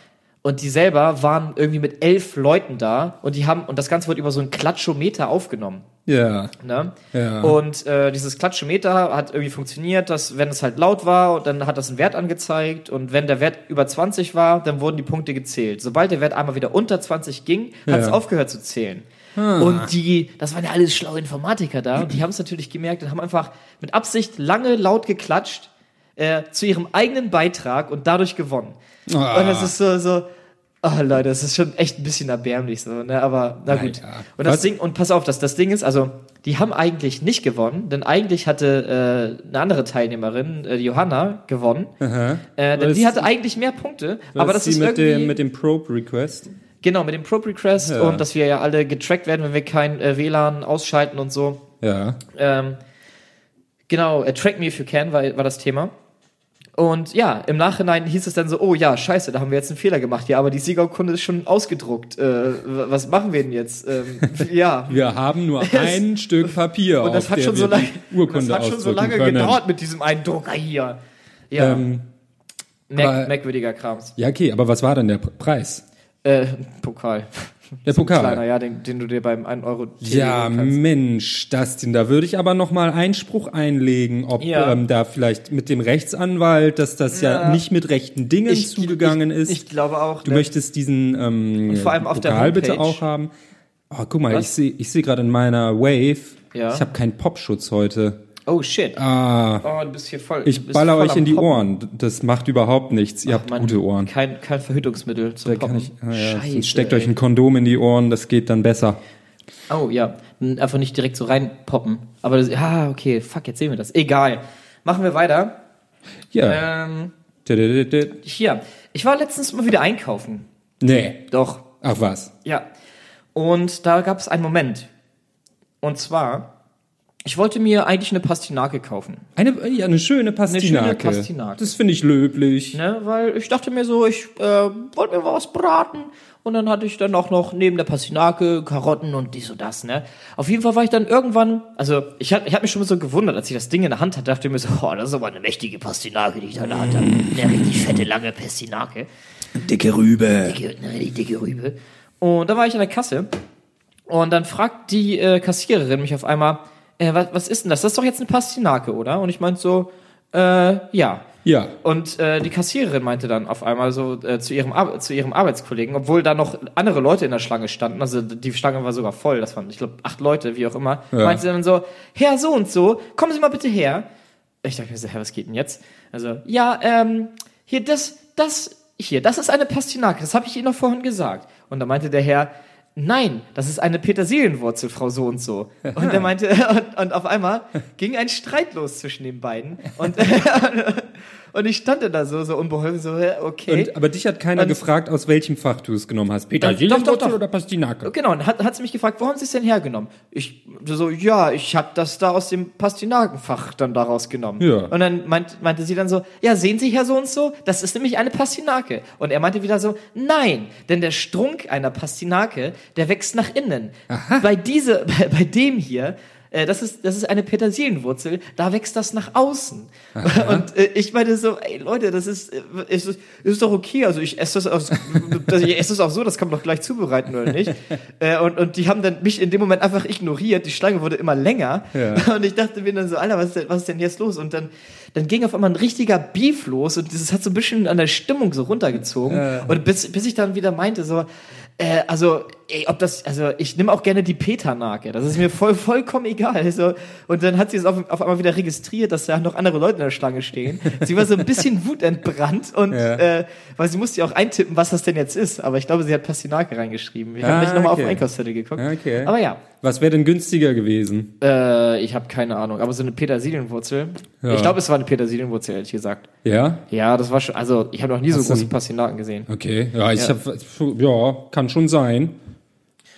Speaker 3: und die selber waren irgendwie mit elf Leuten da und die haben, und das Ganze wurde über so einen Klatschometer aufgenommen.
Speaker 2: ja.
Speaker 3: Ne?
Speaker 2: Ja.
Speaker 3: Und äh, dieses Klatschemeter hat irgendwie funktioniert, dass wenn es halt laut war, und dann hat das einen Wert angezeigt und wenn der Wert über 20 war, dann wurden die Punkte gezählt. Sobald der Wert einmal wieder unter 20 ging, hat es
Speaker 2: Ja. Ah.
Speaker 3: aufgehört zu zählen. Und die, das waren ja alles schlaue Informatiker da, und die haben es natürlich gemerkt und haben einfach mit Absicht lange laut geklatscht äh, zu ihrem eigenen Beitrag und dadurch gewonnen.
Speaker 2: Ah.
Speaker 3: Und das ist so, so, oh Leute, das ist schon echt ein bisschen erbärmlich so, ne? Aber na gut.
Speaker 2: Naja.
Speaker 3: Und das
Speaker 2: Was-
Speaker 3: Ding, und pass auf, das, das Ding ist, also, die haben eigentlich nicht gewonnen, denn eigentlich hatte äh, eine andere Teilnehmerin, äh, die Johanna, gewonnen. Äh, denn
Speaker 2: Was-
Speaker 3: die hatte eigentlich mehr Punkte, aber das
Speaker 2: die
Speaker 3: ist
Speaker 2: mit
Speaker 3: irgendwie,
Speaker 2: dem, mit dem Probe Request.
Speaker 3: genau, mit dem Probe Request
Speaker 2: Ja.
Speaker 3: und dass wir ja alle getrackt werden, wenn wir kein äh, WLAN ausschalten und so.
Speaker 2: Ja.
Speaker 3: Ähm, genau, äh, Track Me If You Can war, war das Thema. Und ja, im Nachhinein hieß es dann so, oh ja, scheiße, da haben wir jetzt einen Fehler gemacht. Ja, aber die Siegerurkunde ist schon ausgedruckt. Äh, w- was machen wir denn jetzt? Ähm, ja.
Speaker 2: Wir haben nur ein Stück Papier,
Speaker 3: Und das
Speaker 2: auf
Speaker 3: hat
Speaker 2: der
Speaker 3: schon
Speaker 2: wir
Speaker 3: so lange,
Speaker 2: die Urkunde
Speaker 3: das hat schon so
Speaker 2: ausdrücken
Speaker 3: lange
Speaker 2: können.
Speaker 3: gedauert mit diesem einen Drucker hier. Ja,
Speaker 2: Ähm, aber-
Speaker 3: Merk, merkwürdiger Krams.
Speaker 2: ja, okay, aber was war denn der Pre- Preis?
Speaker 3: Äh, Pokal.
Speaker 2: Der Pokal.
Speaker 3: Kleiner, ja, den, den du dir beim 1 Euro
Speaker 2: Ja,
Speaker 3: holen kannst.
Speaker 2: Mensch, Dustin, da würde ich aber nochmal Einspruch einlegen, ob
Speaker 3: Ja.
Speaker 2: ähm, da vielleicht mit dem Rechtsanwalt, dass das ja, nicht mit rechten Dingen
Speaker 3: Ich-
Speaker 2: zugegangen ist.
Speaker 3: Ich glaube auch. ne?
Speaker 2: du möchtest diesen ähm,
Speaker 3: vor allem auf der
Speaker 2: Pokal bitte
Speaker 3: Homepage.
Speaker 2: auch haben. Oh, guck mal,
Speaker 3: Was?
Speaker 2: ich sehe ich seh gerade in meiner Wave,
Speaker 3: Ja.
Speaker 2: ich habe keinen Popschutz heute.
Speaker 3: oh shit.
Speaker 2: Ah,
Speaker 3: oh, du bist hier voll. du
Speaker 2: ich
Speaker 3: bist
Speaker 2: baller
Speaker 3: voll
Speaker 2: euch
Speaker 3: am
Speaker 2: in die
Speaker 3: Poppen.
Speaker 2: Ohren. Das macht überhaupt nichts. Ihr
Speaker 3: Ach,
Speaker 2: habt
Speaker 3: Mann,
Speaker 2: gute Ohren.
Speaker 3: Kein, kein Verhütungsmittel zum
Speaker 2: Kann
Speaker 3: Poppen.
Speaker 2: ich, ah, ja,
Speaker 3: Scheiße,
Speaker 2: sonst steckt
Speaker 3: ey.
Speaker 2: euch ein Kondom in die Ohren, das geht dann besser.
Speaker 3: Oh ja, N- einfach nicht direkt so reinpoppen. Aber das, ah, okay, fuck, jetzt sehen wir das. Egal. Machen wir weiter.
Speaker 2: Ja.
Speaker 3: Ähm,
Speaker 2: Tüdüdüdüd.
Speaker 3: hier, ich war letztens mal wieder einkaufen.
Speaker 2: Nee.
Speaker 3: Doch,
Speaker 2: Ach was.
Speaker 3: ja. Und da gab es einen Moment. Und zwar, ich wollte mir eigentlich eine Pastinake kaufen.
Speaker 2: Eine, äh, ja, eine schöne Pastinake.
Speaker 3: Pastinake.
Speaker 2: Das finde ich löblich.
Speaker 3: Ne, weil ich dachte mir so, ich äh, wollte mir was braten Und dann hatte ich dann auch noch neben der Passinake Karotten und dies und das, ne? Auf jeden Fall war ich dann irgendwann, also ich hab, ich hab mich schon so gewundert, als ich das Ding in der Hand hatte, dachte ich mir so, oh, das ist aber eine mächtige Pastinake, die ich da in der Hand habe. Eine richtig fette, lange Pastinake.
Speaker 6: Mm. Dicke Rübe.
Speaker 3: Dicke, eine richtig dicke Rübe. Und dann war ich an der Kasse und dann fragt die äh, Kassiererin mich auf einmal, äh, was, was ist denn das? Das ist doch jetzt eine Pastinake, oder? Und ich meinte so, äh, ja.
Speaker 2: Ja.
Speaker 3: Und äh, die Kassiererin meinte dann auf einmal so äh, zu, ihrem Ar zu ihrem Arbeitskollegen, obwohl da noch andere Leute in der Schlange standen, also die Schlange war sogar voll, das waren, ich glaube, acht Leute, wie auch immer, meinte sie dann so, Herr so und so, kommen Sie mal bitte her. Ich dachte mir so, Herr, was geht denn jetzt? Also, ja, ähm, hier, das, das, hier, das ist eine Pastinake, das habe ich Ihnen noch vorhin gesagt. Und da meinte der Herr, nein, das ist eine Petersilienwurzel, Frau so und so. Und er meinte, und, und auf einmal ging ein Streit los zwischen den beiden. Und, und ich stand da so, so unbeholfen, so, äh, okay.
Speaker 2: Und, aber dich hat keiner
Speaker 3: Und-
Speaker 2: gefragt, aus welchem Fach du es genommen hast. Peter,
Speaker 3: Doch, doch, doch.
Speaker 2: oder Pastinake?
Speaker 3: Genau, und hat, hat sie mich gefragt, wo haben sie es denn hergenommen? Ich so, ja, ich habe das da aus dem Pastinakenfach dann daraus genommen.
Speaker 2: Ja.
Speaker 3: Und dann meint, meinte sie dann so, ja, sehen Sie, Herr so und so, das ist nämlich eine Pastinake. Und er meinte wieder so, nein, denn der Strunk einer Pastinake, der wächst nach innen. Bei, diese, bei, bei dem hier, äh, das ist, das ist eine Petersilienwurzel, da wächst das nach außen. Und äh, ich meine so, ey Leute, das ist, äh, ist, ist doch okay. Also ich esse das, aus, das- ich esse das auch so, das kann man doch gleich zubereiten, oder nicht? Äh, und, und die haben dann mich in dem Moment einfach ignoriert. Die Schlange wurde immer länger. Und ich dachte mir dann so, Alter, was ist denn, was ist denn jetzt los? Und dann, dann ging auf einmal ein richtiger Beef los und dieses hat so ein bisschen an der Stimmung so runtergezogen. Und bis, bis ich dann wieder meinte, so, äh, also, ey, ob das, also ich nehme auch gerne die Peternake. Das ist mir voll, vollkommen egal. So. Und dann hat sie es auf, auf einmal wieder registriert, dass da noch andere Leute in der Schlange stehen. Sie war so ein bisschen wutentbrannt und äh, weil sie musste ja auch eintippen, was das denn jetzt ist. Aber ich glaube, sie hat Pastinake reingeschrieben. Ich habe
Speaker 2: Ah,
Speaker 3: nicht nochmal auf
Speaker 2: okay. Ah,
Speaker 3: den Einkaufszettel geguckt.
Speaker 2: Okay.
Speaker 3: Aber ja,
Speaker 2: Was wäre denn günstiger gewesen?
Speaker 3: äh, ich habe keine Ahnung. Aber so eine Petersilienwurzel.
Speaker 2: Ja.
Speaker 3: Ich glaube, es war eine Petersilienwurzel, ehrlich gesagt.
Speaker 2: Ja?
Speaker 3: Ja, das war schon, also ich habe noch nie so
Speaker 2: du-
Speaker 3: große Pastinaken gesehen.
Speaker 2: Okay. Ja, ich hab, ja, kann schon sein.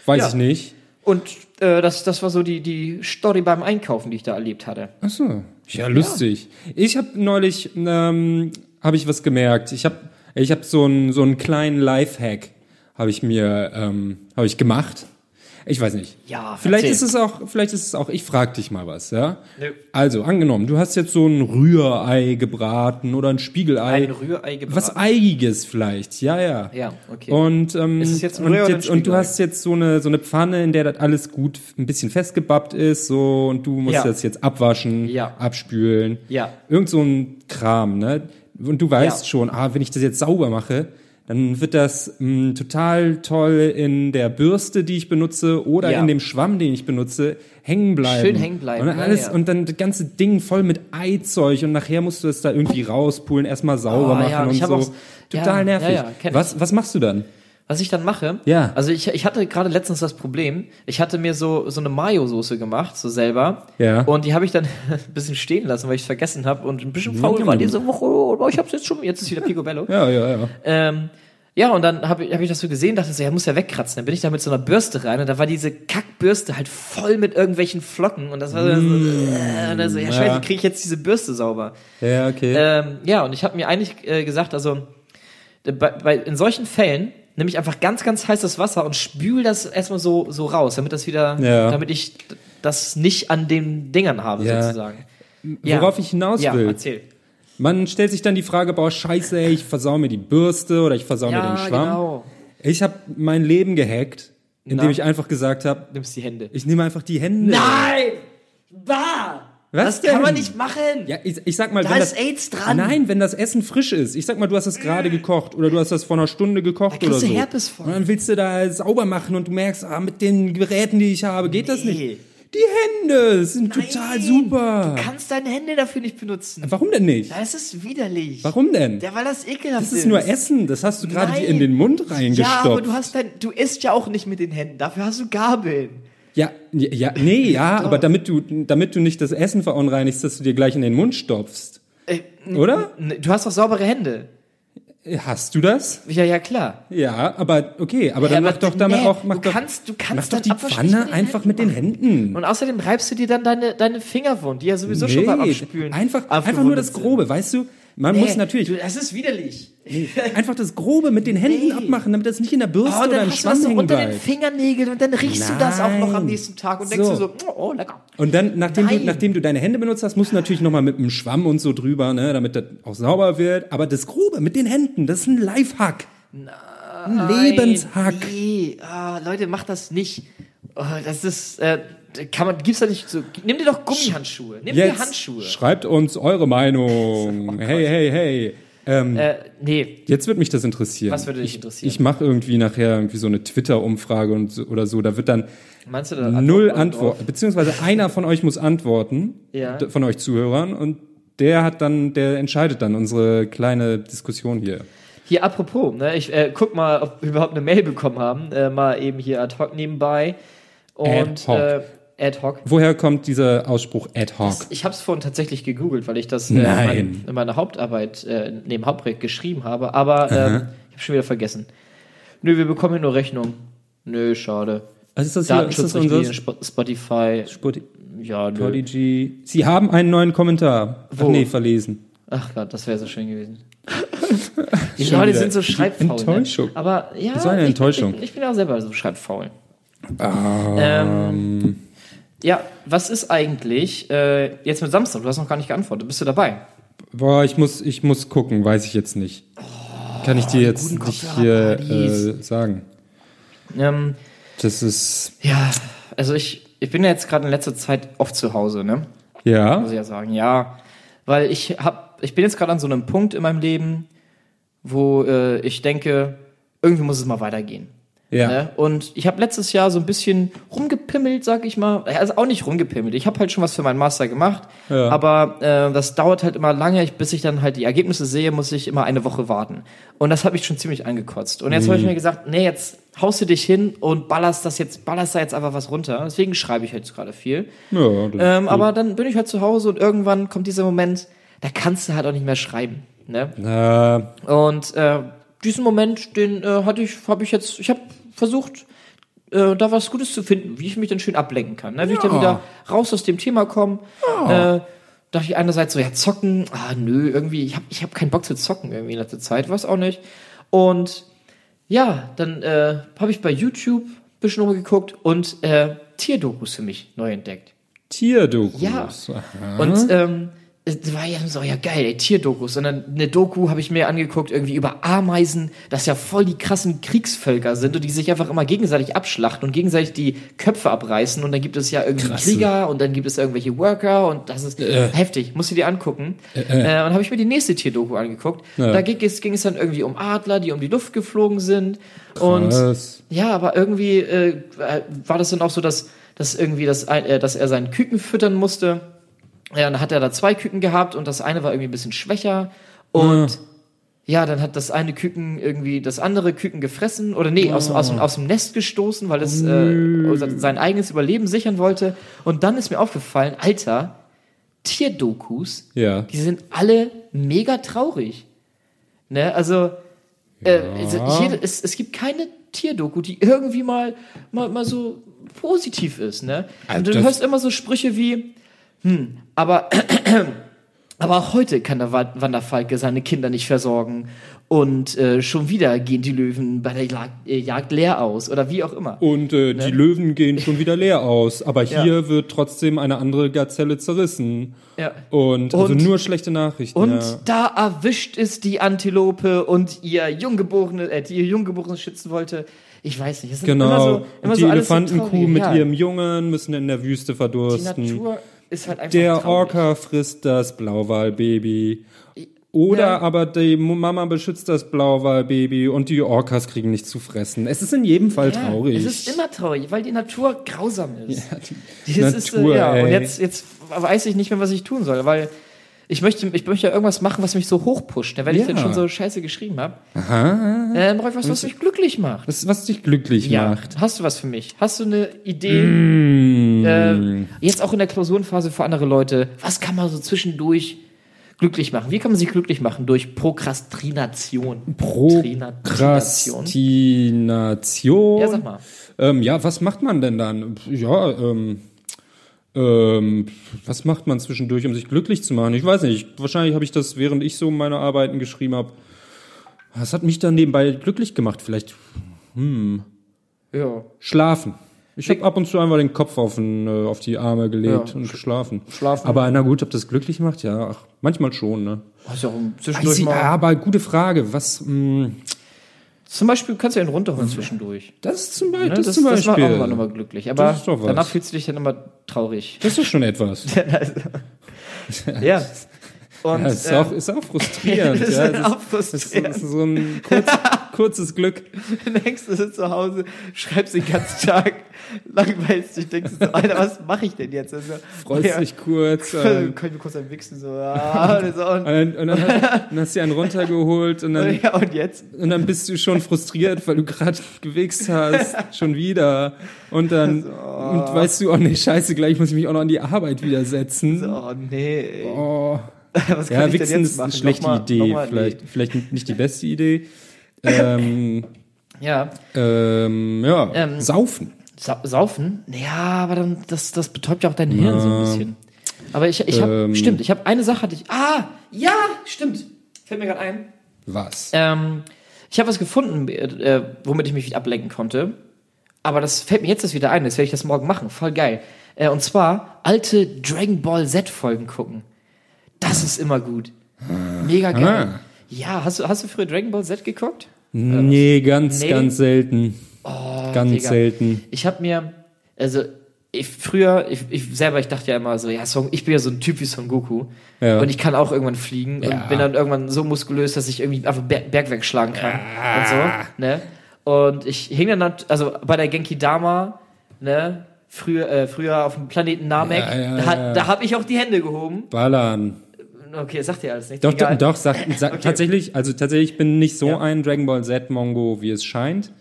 Speaker 2: Weiß
Speaker 3: Ja.
Speaker 2: ich nicht.
Speaker 3: Und äh, das, das war so die, die Story beim Einkaufen, die ich da erlebt hatte.
Speaker 2: Ach so. Ja, lustig. Ich habe neulich, ähm, habe ich was gemerkt. Ich habe ich hab so einen so einen kleinen Lifehack habe ich mir ähm, habe ich gemacht. Ich weiß nicht.
Speaker 3: Ja,
Speaker 2: vielleicht
Speaker 3: erzähl.
Speaker 2: ist es auch vielleicht ist es auch ich frag dich mal was, ja? Also, angenommen, du hast jetzt so ein Rührei gebraten oder ein Spiegelei.
Speaker 3: Ein Rührei gebraten.
Speaker 2: Was eigiges vielleicht. Ja, ja.
Speaker 3: Ja, okay.
Speaker 2: Und ähm,
Speaker 3: Ist es jetzt ein
Speaker 2: und,
Speaker 3: Rührei oder ein
Speaker 2: jetzt, und du
Speaker 3: Spiegelei?
Speaker 2: hast jetzt so eine so eine Pfanne, in der das alles gut ein bisschen festgebappt ist, so und du musst
Speaker 3: Ja.
Speaker 2: das jetzt abwaschen,
Speaker 3: Ja.
Speaker 2: abspülen.
Speaker 3: Ja.
Speaker 2: Irgend so ein Kram, ne? Und du weißt
Speaker 3: Ja.
Speaker 2: schon, ah, wenn ich das jetzt sauber mache, dann wird das mh, total toll in der Bürste, die ich benutze, oder
Speaker 3: Ja.
Speaker 2: in dem Schwamm, den ich benutze, hängen bleiben.
Speaker 3: Schön hängen bleiben,
Speaker 2: Und dann
Speaker 3: ja,
Speaker 2: alles
Speaker 3: ja.
Speaker 2: und dann das ganze Ding voll mit Eizeug und nachher musst du das da irgendwie rauspulen, erstmal sauber
Speaker 3: Oh,
Speaker 2: machen
Speaker 3: ja,
Speaker 2: und
Speaker 3: ich
Speaker 2: so.
Speaker 3: hab auch-
Speaker 2: total
Speaker 3: ja,
Speaker 2: nervig.
Speaker 3: ja, ja, kenn ich.
Speaker 2: was was machst du dann?
Speaker 3: Was ich dann mache,
Speaker 2: Ja.
Speaker 3: also ich, ich hatte gerade letztens das Problem, ich hatte mir so, so eine Mayo-Soße gemacht, so selber.
Speaker 2: Ja.
Speaker 3: Und die habe ich dann ein bisschen stehen lassen, weil ich es vergessen habe und ein
Speaker 2: Hm.
Speaker 3: bisschen faul war diese Woche. Oh, ich habe es jetzt schon, jetzt ist wieder Picobello.
Speaker 2: Ja, ja, ja.
Speaker 3: Ähm, ja, und dann habe ich, hab ich das so gesehen, dachte so, ja, muss ja wegkratzen. Dann bin ich da mit so einer Bürste rein und da war diese Kackbürste halt voll mit irgendwelchen Flocken und das war so, äh, und dann so ja, scheiße,
Speaker 2: Mm, ja.
Speaker 3: wie kriege ich jetzt diese Bürste sauber?
Speaker 2: Ja, okay.
Speaker 3: Ähm, ja, und ich habe mir eigentlich äh, gesagt, also äh, bei, bei, in solchen Fällen nehme ich einfach ganz, ganz heißes Wasser und spül das erstmal so, so raus, damit das wieder,
Speaker 2: Ja.
Speaker 3: damit ich d- das nicht an den Dingern habe,
Speaker 2: Ja.
Speaker 3: sozusagen.
Speaker 2: Worauf ich hinaus
Speaker 3: ja,
Speaker 2: will.
Speaker 3: erzähl.
Speaker 2: Man stellt sich dann die Frage, boah, scheiße, ey, ich versau mir die Bürste oder ich versau mir den
Speaker 3: Ja,
Speaker 2: Schwamm.
Speaker 3: genau.
Speaker 2: Ich habe mein Leben gehackt, indem
Speaker 3: Na?
Speaker 2: ich einfach gesagt habe,
Speaker 3: Nimmst die Hände.
Speaker 2: ich nehme einfach die Hände.
Speaker 3: Nein! Bah!
Speaker 2: Was
Speaker 3: das
Speaker 2: denn?
Speaker 3: kann man nicht machen!
Speaker 2: Ja, ich, ich sag mal,
Speaker 3: Da
Speaker 2: wenn
Speaker 3: ist
Speaker 2: das,
Speaker 3: AIDS dran.
Speaker 2: Nein, wenn das Essen frisch ist. Ich sag mal, du hast das gerade gekocht oder du hast das vor einer Stunde gekocht
Speaker 3: kriegst
Speaker 2: oder
Speaker 3: du
Speaker 2: so.
Speaker 3: Herpes von.
Speaker 2: Und dann willst du da sauber machen und du merkst, ah, mit den Geräten, die ich habe, geht das
Speaker 3: Nee.
Speaker 2: nicht. Die Hände sind total super.
Speaker 3: Du kannst deine Hände dafür nicht benutzen.
Speaker 2: Warum denn nicht?
Speaker 3: Das ist widerlich.
Speaker 2: Warum denn?
Speaker 3: Ja, weil das ekelhaft
Speaker 2: Das ist nur Essen, das hast du gerade
Speaker 3: Nein.
Speaker 2: dir in den Mund reingestopft.
Speaker 3: Ja, aber du hast dein, du isst ja auch nicht mit den Händen. Dafür hast du Gabeln.
Speaker 2: Ja, ja, ja, nee, ja, aber damit du, damit du nicht das Essen verunreinigst, dass du dir gleich in den Mund stopfst.
Speaker 3: Äh, n-
Speaker 2: Oder?
Speaker 3: n- Du hast doch saubere Hände.
Speaker 2: Hast du das?
Speaker 3: Ja, ja, klar.
Speaker 2: Ja, aber okay, aber dann
Speaker 3: ja,
Speaker 2: mach doch damit
Speaker 3: nee,
Speaker 2: auch, mach
Speaker 3: du
Speaker 2: doch,
Speaker 3: kannst, du
Speaker 2: mach
Speaker 3: kannst
Speaker 2: doch
Speaker 3: dann
Speaker 2: die
Speaker 3: Abwasch
Speaker 2: Pfanne
Speaker 3: nicht den
Speaker 2: einfach
Speaker 3: Händen
Speaker 2: mit den
Speaker 3: machen.
Speaker 2: Händen.
Speaker 3: Und außerdem reibst du dir dann deine, deine Finger wund, die ja sowieso schon beim Abspülen
Speaker 2: einfach, einfach
Speaker 3: abgewundet
Speaker 2: nur das
Speaker 3: sind.
Speaker 2: Grobe, weißt du? Man muss natürlich
Speaker 3: Du, das ist widerlich.
Speaker 2: einfach das Grobe mit den Händen
Speaker 3: Nee.
Speaker 2: abmachen, damit das nicht in der Bürste
Speaker 3: Oh,
Speaker 2: oder im
Speaker 3: dann hast du das
Speaker 2: Schwanz
Speaker 3: so
Speaker 2: hängen
Speaker 3: unter den
Speaker 2: bleibt.
Speaker 3: Fingernägeln und dann riechst du das auch noch am
Speaker 2: Nein.
Speaker 3: nächsten Tag und
Speaker 2: So.
Speaker 3: denkst du so, oh, oh, lecker.
Speaker 2: Und dann, nachdem du,
Speaker 3: Nein.
Speaker 2: nachdem du deine Hände benutzt hast, musst du natürlich nochmal mit einem Schwamm und so drüber, ne, damit das auch sauber wird. Aber das Grobe mit den Händen, das ist ein Lifehack. Ein Lebenshack.
Speaker 3: Nee, ah, Leute, macht das nicht. Oh, das ist, äh, kann man, gibt's da nicht so, nimm dir doch Gummihandschuhe, nimm dir
Speaker 2: Jetzt
Speaker 3: Handschuhe. Oh
Speaker 2: schreibt uns eure Meinung. hey, hey, hey.
Speaker 3: Äh, nee,
Speaker 2: Jetzt würde mich das interessieren.
Speaker 3: Was würde dich
Speaker 2: ich,
Speaker 3: interessieren?
Speaker 2: Ich mache irgendwie nachher irgendwie so eine Twitter-Umfrage und so, oder so. Da wird dann
Speaker 3: meinst du da?
Speaker 2: null
Speaker 3: Antworten drauf?
Speaker 2: Antwort, beziehungsweise einer von euch muss antworten,
Speaker 3: Ja.
Speaker 2: d- von euch Zuhörern und der hat dann, der entscheidet dann unsere kleine Diskussion hier.
Speaker 3: Hier, apropos, ne, ich äh, guck mal, ob wir überhaupt eine Mail bekommen haben. Äh, mal eben hier ad hoc nebenbei. Und,
Speaker 2: Ad hoc.
Speaker 3: Äh, ad hoc.
Speaker 2: Woher kommt dieser Ausspruch ad hoc?
Speaker 3: Ich habe es vorhin tatsächlich gegoogelt, weil ich das äh, in
Speaker 2: Nein.
Speaker 3: mein- in meiner Hauptarbeit, äh, neben Hauptprojekt geschrieben habe, aber ähm, ich habe schon wieder vergessen. Nö, wir bekommen hier nur Rechnung. Nö, schade.
Speaker 2: Also ist das hier- ist das
Speaker 3: Datenschutzrichtlinien,
Speaker 2: unseres?
Speaker 3: Sp- Spotify.
Speaker 2: Spoti-
Speaker 3: ja, nö.
Speaker 2: Prodigy. Sie haben einen neuen Kommentar. Ach
Speaker 3: Wo?
Speaker 2: nee, verlesen.
Speaker 3: Ach Gott, das wäre so schön gewesen. Die Leute
Speaker 2: wieder.
Speaker 3: sind so
Speaker 2: Die
Speaker 3: schreibfaul.
Speaker 2: Enttäuschung.
Speaker 3: Ne? Aber ja,
Speaker 2: Das war eine
Speaker 3: ich-
Speaker 2: Enttäuschung. Ah.
Speaker 3: Ich, ich bin auch selber so schreibfaul. Ähm, ja, was ist eigentlich äh, jetzt mit Samstag? Du hast noch gar nicht geantwortet. Bist du dabei?
Speaker 2: Boah, ich muss, ich muss gucken, weiß ich jetzt nicht. Kann ich dir jetzt
Speaker 3: guten
Speaker 2: nicht hier
Speaker 3: Kopfhörerpartys.
Speaker 2: äh, sagen.
Speaker 3: Ähm,
Speaker 2: Das ist,
Speaker 3: ja, also ich, ich bin ja jetzt gerade in letzter Zeit oft zu Hause, ne?
Speaker 2: ja.
Speaker 3: muss ich ja sagen, ja. Weil ich hab, ich bin jetzt gerade an so einem Punkt in meinem Leben, wo äh, ich denke, irgendwie muss es mal weitergehen.
Speaker 2: Ja.
Speaker 3: Ne? Und ich habe letztes Jahr so ein bisschen rumgepimmelt, sag ich mal. Also auch nicht rumgepimmelt. Ich habe halt schon was für meinen Master gemacht,
Speaker 2: Ja.
Speaker 3: aber äh, das dauert halt immer lange, ich, bis ich dann halt die Ergebnisse sehe, muss ich immer eine Woche warten. Und das hat mich schon ziemlich angekotzt. Und jetzt
Speaker 2: Mhm.
Speaker 3: habe ich mir gesagt, nee, jetzt haust du dich hin und ballerst das jetzt, ballerst da jetzt einfach was runter. Deswegen schreibe ich jetzt gerade viel.
Speaker 2: ja das-
Speaker 3: Ähm, aber dann bin ich halt zu Hause und irgendwann kommt dieser Moment, da kannst du halt auch nicht mehr schreiben. Ne?
Speaker 2: äh,
Speaker 3: Und äh, diesen Moment, den äh, hatte ich, habe ich jetzt, ich habe versucht, äh, da was Gutes zu finden, wie ich mich dann schön ablenken kann, ne? wie ich dann wieder raus aus dem Thema komme. Äh, dachte ich einerseits so, ja, zocken, ah nö, irgendwie, ich habe ich hab keinen Bock zu zocken irgendwie in letzter Zeit, weiß auch nicht. Und ja, dann äh, habe ich bei YouTube ein bisschen rumgeguckt und äh, Tierdokus für mich neu entdeckt.
Speaker 2: Tierdokus.
Speaker 3: Ja.
Speaker 2: Aha.
Speaker 3: Und ähm, es war ja so, ja geil, ey, Tierdokus. Und dann eine Doku habe ich mir angeguckt, irgendwie über Ameisen, das ja voll die krassen Kriegsvölker sind und die sich einfach immer gegenseitig abschlachten und gegenseitig die Köpfe abreißen. Und dann gibt es ja irgendwie Krieger und dann gibt es irgendwelche Worker und das ist heftig. Muss ich dir angucken. Äh, und dann habe ich mir die nächste Tierdoku angeguckt. Da ging es, ging es dann irgendwie um Adler, die um die Luft geflogen sind. Und
Speaker 2: Krass.
Speaker 3: ja, aber irgendwie äh, war das dann auch so, dass, dass irgendwie das, ein- äh, dass er seinen Küken füttern musste. Ja, dann hat er da zwei Küken gehabt und das eine war irgendwie ein bisschen schwächer. Und ja, dann hat das eine Küken irgendwie das andere Küken gefressen oder nee, aus, aus, aus dem Nest gestoßen, weil es äh, sein eigenes Überleben sichern wollte. Und dann ist mir aufgefallen, Alter, Tierdokus,
Speaker 2: Ja.
Speaker 3: die sind alle mega traurig. Ne, also, äh, es, jede, es, es gibt keine Tierdoku, die irgendwie mal, mal, mal so positiv ist. Ne? Und du
Speaker 2: das-
Speaker 3: hörst immer so Sprüche wie, hm, aber, aber auch heute kann der Wa- Wanderfalke seine Kinder nicht versorgen. Und äh, schon wieder gehen die Löwen bei der Jagd, äh, Jagd leer aus oder wie auch immer.
Speaker 2: Und äh, die Löwen gehen schon wieder leer aus, aber hier wird trotzdem eine andere Gazelle zerrissen.
Speaker 3: Ja.
Speaker 2: Und, also
Speaker 3: Und-
Speaker 2: nur schlechte Nachrichten.
Speaker 3: Und
Speaker 2: ja.
Speaker 3: da erwischt es die Antilope und ihr Junggeborene, äh, die ihr Junggeborene schützen wollte. Ich weiß nicht. Es sind
Speaker 2: Genau.
Speaker 3: Immer so, immer
Speaker 2: und die
Speaker 3: so alles so
Speaker 2: Elefantenkuh
Speaker 3: traurige,
Speaker 2: mit
Speaker 3: ja.
Speaker 2: ihrem Jungen müssen in der Wüste
Speaker 3: Die
Speaker 2: verdursten.
Speaker 3: Natur ist halt einfach
Speaker 2: der
Speaker 3: traurig.
Speaker 2: Orca frisst das Blauwalbaby. Oder
Speaker 3: Ja.
Speaker 2: aber die Mama beschützt das Blauwalbaby und die Orcas kriegen nichts zu fressen. Es ist in jedem Fall
Speaker 3: Ja,
Speaker 2: halt traurig.
Speaker 3: Es ist immer traurig, weil die Natur grausam ist.
Speaker 2: die
Speaker 3: Das ist, äh,
Speaker 2: Natur,
Speaker 3: ja, und
Speaker 2: ey.
Speaker 3: jetzt, jetzt weiß ich nicht mehr, was ich tun soll, weil ich möchte, ich möchte ja irgendwas machen, was mich so hochpusht, ne, weil ich
Speaker 2: Ja.
Speaker 3: dann schon so scheiße geschrieben habe. Äh, brauche ich was, was mich glücklich macht.
Speaker 2: Was, was dich glücklich
Speaker 3: Ja.
Speaker 2: macht.
Speaker 3: Hast du was für mich? Hast du eine Idee?
Speaker 2: Mm.
Speaker 3: Äh, jetzt auch in der Klausurenphase für andere Leute. Was kann man so zwischendurch glücklich machen? Wie kann man sich glücklich machen? Durch Prokrastination. Prokrastination?
Speaker 2: Prokrastination.
Speaker 3: Ja, sag mal.
Speaker 2: Ähm, ja, was macht man denn dann? Ja, ähm, Ähm, was macht man zwischendurch, um sich glücklich zu machen? Ich weiß nicht. Ich, wahrscheinlich habe ich das, während ich so meine Arbeiten geschrieben habe. Das hat mich dann nebenbei glücklich gemacht. Vielleicht
Speaker 3: Ja.
Speaker 2: Schlafen. Ich habe ab und zu einmal den Kopf auf, den, äh, auf die Arme gelegt
Speaker 3: Ja,
Speaker 2: und geschlafen.
Speaker 3: schlafen.
Speaker 2: Aber na gut, ob das glücklich macht, ja, ach, manchmal schon, ne?
Speaker 3: Hast ja auch
Speaker 2: Weiß
Speaker 3: zwischendurch
Speaker 2: ich, ah,
Speaker 3: mal.
Speaker 2: aber gute Frage. Was, hm, mh,
Speaker 3: Zum Beispiel kannst du ja einen runterholen zwischendurch.
Speaker 2: das ist zum Beispiel.
Speaker 3: Ne?
Speaker 2: das, ist zum
Speaker 3: das
Speaker 2: Beispiel.
Speaker 3: macht auch immer nochmal glücklich. Aber
Speaker 2: Das ist doch was.
Speaker 3: danach fühlst du dich dann immer traurig.
Speaker 2: das ist doch schon etwas.
Speaker 3: ja. Und
Speaker 2: Ja, ist,
Speaker 3: äh,
Speaker 2: auch, ist auch frustrierend.
Speaker 3: Das ist
Speaker 2: ja. Das
Speaker 3: auch
Speaker 2: ist, ist,
Speaker 3: frustrierend.
Speaker 2: ist so ein kurz, kurzes Glück.
Speaker 3: denkst du sitzt zu Hause, schreibst den ganzen Tag, langweilst dich, denkst du so, Alter, was mache ich denn jetzt? Also,
Speaker 2: Freust dich kurz. Äh,
Speaker 3: Können wir kurz am Wichsen so, ah, und so,
Speaker 2: und, dann, und, dann hast, dann hast du einen runtergeholt und dann,
Speaker 3: und, ja, und jetzt?
Speaker 2: und dann bist du schon frustriert, weil du gerade gewichst hast. Schon wieder. Und dann und weißt du, oh nee, scheiße, gleich muss ich mich auch noch an die Arbeit wieder setzen.
Speaker 3: Oh, nee. ey.
Speaker 2: Oh.
Speaker 3: Was kann
Speaker 2: Ja,
Speaker 3: ich denn
Speaker 2: Wichsen
Speaker 3: jetzt
Speaker 2: ist
Speaker 3: machen?
Speaker 2: eine schlechte
Speaker 3: Nochmal-
Speaker 2: Idee.
Speaker 3: nochmal-
Speaker 2: vielleicht, vielleicht nicht die beste Idee. Ähm,
Speaker 3: Nee. Ja.
Speaker 2: ähm, ja,
Speaker 3: Ähm,
Speaker 2: saufen.
Speaker 3: Sa saufen? Ja, aber dann, das, das betäubt ja auch dein Hirn so ein bisschen. Aber ich, ich habe,
Speaker 2: Ähm.
Speaker 3: stimmt, ich habe eine Sache hatte ich. Ah, ja, stimmt. Fällt mir gerade ein.
Speaker 2: Was?
Speaker 3: Ähm, ich habe was gefunden, äh, äh, womit ich mich wieder ablenken konnte. Aber das fällt mir jetzt erst wieder ein. Jetzt werde ich das morgen machen. Voll geil. Äh, und zwar alte Dragon Ball Z-Folgen gucken. Das ist immer gut. Mega geil.
Speaker 2: Ah.
Speaker 3: Ja, hast du, hast du früher Dragon Ball Z geguckt?
Speaker 2: Nee, ganz,
Speaker 3: Nee. Oh,
Speaker 2: ganz selten. ganz
Speaker 3: Digga.
Speaker 2: selten.
Speaker 3: Ich habe mir, also ich früher, ich, ich selber, ich dachte ja immer so, ja, Son, ich bin ja so ein Typ wie Son Goku.
Speaker 2: Ja.
Speaker 3: Und ich kann auch irgendwann fliegen
Speaker 2: Ja.
Speaker 3: und bin dann irgendwann so muskulös, dass ich irgendwie einfach Ber Bergwerk schlagen kann. Und so, ne? Und ich hing dann, nat- also bei der Genki Dama, ne? Früher, äh, früher auf dem Planeten Namek,
Speaker 2: Ja, ja,
Speaker 3: da, hat-
Speaker 2: ja.
Speaker 3: da habe ich auch die Hände gehoben.
Speaker 2: Ballern.
Speaker 3: Okay, das sagt dir alles nicht.
Speaker 2: Doch,
Speaker 3: egal.
Speaker 2: doch, sag, sag, tatsächlich, also tatsächlich, ich bin nicht so
Speaker 3: Ja. Mhm.
Speaker 2: ein Dragon Ball Z-Mongo, wie es scheint.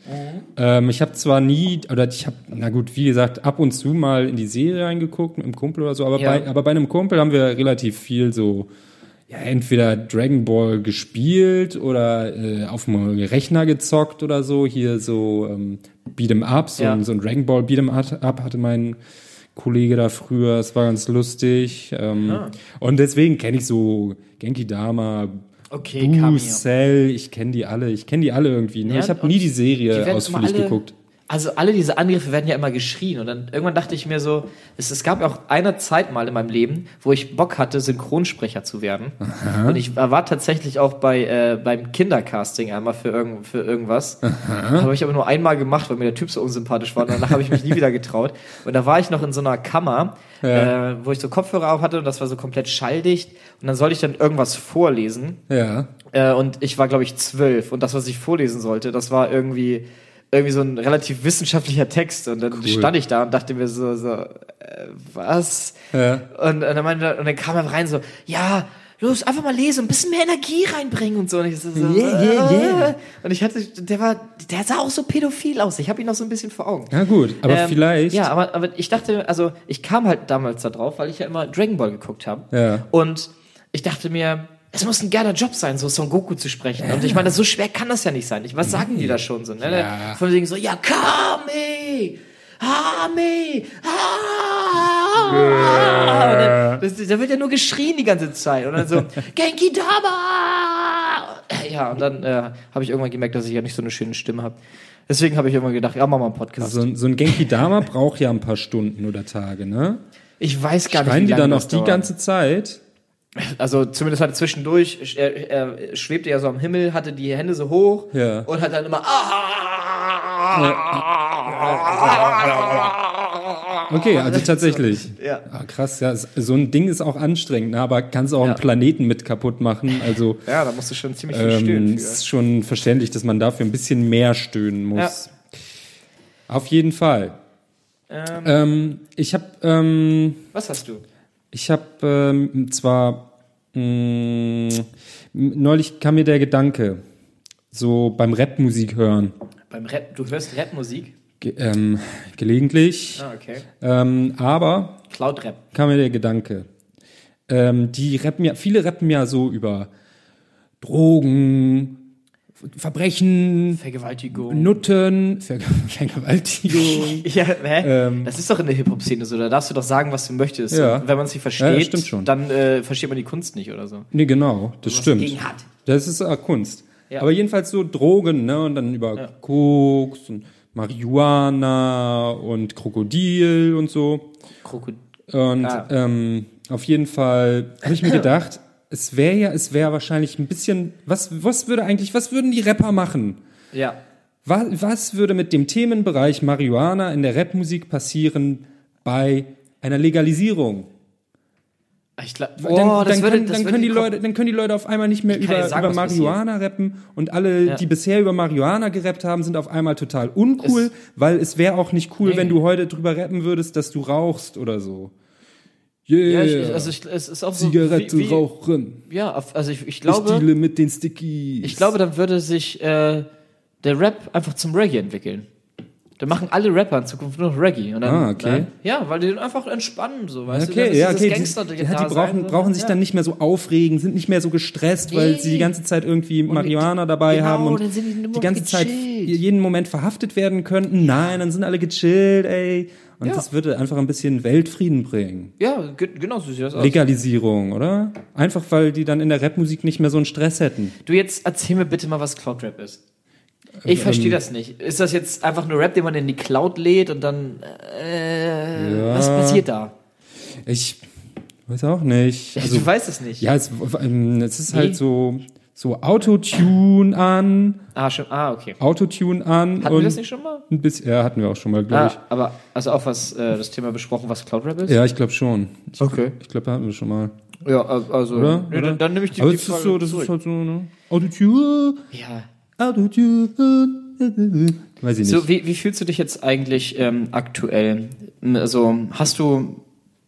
Speaker 2: Ähm, ich habe zwar nie, oder ich habe, na gut, wie gesagt, ab und zu mal in die Serie reingeguckt mit einem Kumpel oder so, aber,
Speaker 3: Ja.
Speaker 2: bei, aber bei einem Kumpel haben wir relativ viel so, ja, entweder Dragon Ball gespielt oder äh, auf dem Rechner gezockt oder so, hier so ähm, Beat'em Up, so,
Speaker 3: Ja.
Speaker 2: ein, so ein Dragon Ball Beat'em Up hatte mein Kollege da früher, es war ganz lustig. Ähm,
Speaker 3: Ah.
Speaker 2: Und deswegen kenne ich so Genki Dama,
Speaker 3: Okay,
Speaker 2: Buu,
Speaker 3: Kamio.
Speaker 2: Cell, ich kenne die alle, ich kenne die alle irgendwie. Ne?
Speaker 3: Ja,
Speaker 2: ich habe
Speaker 3: und
Speaker 2: nie die
Speaker 3: Die
Speaker 2: Serie
Speaker 3: werden
Speaker 2: ausführlich
Speaker 3: immer alle-
Speaker 2: geguckt.
Speaker 3: Also alle diese Angriffe werden ja immer geschrien und dann irgendwann dachte ich mir so, es, es gab ja auch eine Zeit mal in meinem Leben, wo ich Bock hatte, Synchronsprecher zu werden. Und ich äh, war tatsächlich auch bei äh, beim Kindercasting einmal für, irgend, für irgendwas. Habe ich aber nur einmal gemacht, weil mir der Typ so unsympathisch war. Und danach habe ich mich nie wieder getraut. Und da war ich noch in so einer Kammer, äh, wo ich so Kopfhörer auf hatte und das war so komplett schalldicht. Und dann sollte ich dann irgendwas vorlesen.
Speaker 2: Ja.
Speaker 3: Äh, und ich war, glaube ich, zwölf. Und das, was ich vorlesen sollte, das war irgendwie, irgendwie so ein relativ wissenschaftlicher Text. Und dann stand ich da und dachte mir so, so äh, was?
Speaker 2: Ja.
Speaker 3: Und, und, dann meinte, und dann kam er rein so, ja, los, einfach mal lesen, ein bisschen mehr Energie reinbringen und so. Und ich so, so
Speaker 2: Yeah, yeah, yeah.
Speaker 3: Und ich hatte, der war, der sah auch so pädophil aus. Ich habe ihn noch so ein bisschen vor Augen.
Speaker 2: Na gut, aber
Speaker 3: Ähm,
Speaker 2: vielleicht.
Speaker 3: Ja, aber, aber ich dachte, also ich kam halt damals da drauf, weil ich ja immer Dragon Ball geguckt habe.
Speaker 2: Ja.
Speaker 3: Und ich dachte mir, es muss ein geiler Job sein, so Son Goku zu sprechen. Und ich meine, so schwer kann das ja nicht sein. Ich, was sagen die da schon so? Ne?
Speaker 2: Ja.
Speaker 3: Von wegen so, ja, Kami! Hami! Ah! Und dann- das- Da wird ja nur geschrien die ganze Zeit. Und dann so, Genki Dama! Ja, und dann äh, habe ich irgendwann gemerkt, dass ich ja nicht so eine schöne Stimme habe. Deswegen habe ich irgendwann gedacht, ja, mach mal einen Podcast.
Speaker 2: So, ein- so ein Genki Dama braucht ja ein paar Stunden oder Tage, ne?
Speaker 3: Ich weiß gar nicht,
Speaker 2: Schreien die
Speaker 3: lange
Speaker 2: dann
Speaker 3: das
Speaker 2: auch die
Speaker 3: dauert.
Speaker 2: ganze Zeit?
Speaker 3: Also zumindest hatte zwischendurch, er, er schwebte ja so am Himmel, hatte die Hände so hoch
Speaker 2: Ja.
Speaker 3: und hat dann immer. ah! Oh,
Speaker 2: Okay, also tatsächlich.
Speaker 3: Ja.
Speaker 2: Ah, krass, ja, s- so ein Ding ist auch anstrengend, ne? aber kannst auch
Speaker 3: Ja.
Speaker 2: einen Planeten mit kaputt machen. Also
Speaker 3: Ja, da musst du schon ziemlich viel
Speaker 2: ähm,
Speaker 3: stöhnen für.
Speaker 2: ist schon verständlich, dass man dafür ein bisschen mehr stöhnen muss. Auf jeden Fall. Ähm, ich habe ähm,
Speaker 3: Was hast du?
Speaker 2: ich habe ähm, zwar mh, neulich kam mir der Gedanke, so beim Rapmusik hören
Speaker 3: Beim Rap, du hörst Rapmusik?
Speaker 2: ge ähm, gelegentlich,
Speaker 3: Ah, okay.
Speaker 2: ähm, aber
Speaker 3: Cloud Rap.
Speaker 2: kam mir der Gedanke. Ähm, die rappen ja, viele rappen ja so über Drogen, Verbrechen,
Speaker 3: Vergewaltigung.
Speaker 2: Nutten, Ver Vergewaltigung.
Speaker 3: Ja, hä? das ist doch in der Hip-Hop-Szene so. Da darfst du doch sagen, was du möchtest.
Speaker 2: Ähm. Ja.
Speaker 3: Und wenn man es nicht
Speaker 2: Ja, das
Speaker 3: versteht,
Speaker 2: stimmt schon.
Speaker 3: dann äh, versteht man die Kunst nicht oder so.
Speaker 2: nee, genau, das stimmt.
Speaker 3: dagegen hat.
Speaker 2: Das ist äh, Kunst.
Speaker 3: Ja.
Speaker 2: Aber jedenfalls so Drogen, ne? Und dann über Koks und Marihuana und Krokodil und so.
Speaker 3: Krokodil.
Speaker 2: Und
Speaker 3: Ah.
Speaker 2: ähm, auf jeden Fall habe ich mir gedacht, es wäre ja, es wäre wahrscheinlich ein bisschen, was, was würde eigentlich, was würden die Rapper machen?
Speaker 3: Ja.
Speaker 2: Was, was würde mit dem Themenbereich Marihuana in der Rapmusik passieren bei einer Legalisierung?
Speaker 3: Ich glaub,
Speaker 2: Dann-
Speaker 3: boah, das
Speaker 2: dann
Speaker 3: würde-
Speaker 2: können-
Speaker 3: das
Speaker 2: dann
Speaker 3: würde
Speaker 2: können die
Speaker 3: Kom-
Speaker 2: Leute, dann können die Leute auf einmal nicht mehr
Speaker 3: Ich kann
Speaker 2: über,
Speaker 3: dir sagen,
Speaker 2: über
Speaker 3: was passiert.
Speaker 2: Marihuana rappen und alle,
Speaker 3: Ja.
Speaker 2: die bisher über Marihuana gerappt haben, sind auf einmal total uncool, weil es wäre auch nicht cool,
Speaker 3: Nee.
Speaker 2: wenn du heute drüber rappen würdest, dass du rauchst oder so. Yeah.
Speaker 3: Ja, ich, ich- also ich, es ist auch so.
Speaker 2: Zigarette
Speaker 3: wie, wie,
Speaker 2: rauchen.
Speaker 3: Ja, auf- also ich, ich
Speaker 2: ich
Speaker 3: glaube,
Speaker 2: deale mit den Stickies.
Speaker 3: ich glaube, dann würde sich äh, der Rap einfach zum Reggae entwickeln. Dann machen alle Rapper in Zukunft nur noch Reggae. Und dann,
Speaker 2: Ah, okay.
Speaker 3: Ne? Ja, weil die dann einfach entspannen, so, weißt du? Dann
Speaker 2: Okay,
Speaker 3: ist
Speaker 2: ja,
Speaker 3: dieses
Speaker 2: okay. Die,
Speaker 3: Gangster-
Speaker 2: die, die brauchen,
Speaker 3: Dasein,
Speaker 2: brauchen sich
Speaker 3: ne? ja.
Speaker 2: dann nicht mehr so aufregen, sind nicht mehr so gestresst, weil sie die ganze Zeit irgendwie Marihuana dabei
Speaker 3: genau,
Speaker 2: haben und
Speaker 3: dann sind die nur
Speaker 2: die ganze Zeit
Speaker 3: gechillt.
Speaker 2: jeden Moment verhaftet werden könnten. Nein, dann sind alle gechillt, ey. Und
Speaker 3: Ja.
Speaker 2: das würde einfach ein bisschen Weltfrieden bringen.
Speaker 3: Ja, ge- genau so sieht das aus.
Speaker 2: Legalisierung, oder? Einfach weil die dann in der Rapmusik nicht mehr so einen Stress hätten.
Speaker 3: Du jetzt erzähl mir bitte mal, was Cloud Rap ist. Ich
Speaker 2: Äh, ähm,
Speaker 3: verstehe das nicht. Ist das jetzt einfach nur Rap, den man in die Cloud lädt und dann äh, was passiert da?
Speaker 2: Ich weiß auch nicht. Also,
Speaker 3: du weißt es nicht.
Speaker 2: ja, es, ähm, es ist
Speaker 3: Wie?
Speaker 2: halt so, so Autotune an,
Speaker 3: Ah, schon, ah okay.
Speaker 2: Autotune an.
Speaker 3: Hatten
Speaker 2: und
Speaker 3: wir das nicht schon mal?
Speaker 2: Ein bisschen, ja, hatten wir auch schon mal, glaube
Speaker 3: Ah,
Speaker 2: ich.
Speaker 3: aber also auch was äh, das Thema besprochen, was Cloud Rap ist?
Speaker 2: Ja, ich glaube schon. Ich,
Speaker 3: Okay.
Speaker 2: ich glaube, da hatten wir schon mal.
Speaker 3: Ja, äh, also
Speaker 2: Oder?
Speaker 3: Nö,
Speaker 2: Oder?
Speaker 3: Dann, dann nehme ich die,
Speaker 2: Aber
Speaker 3: die
Speaker 2: das ist so, das ist halt so, ne? Autotune,
Speaker 3: ja.
Speaker 2: Autotune. Weiß ich nicht.
Speaker 3: So, wie, wie fühlst du dich jetzt eigentlich ähm, aktuell? Also, hast du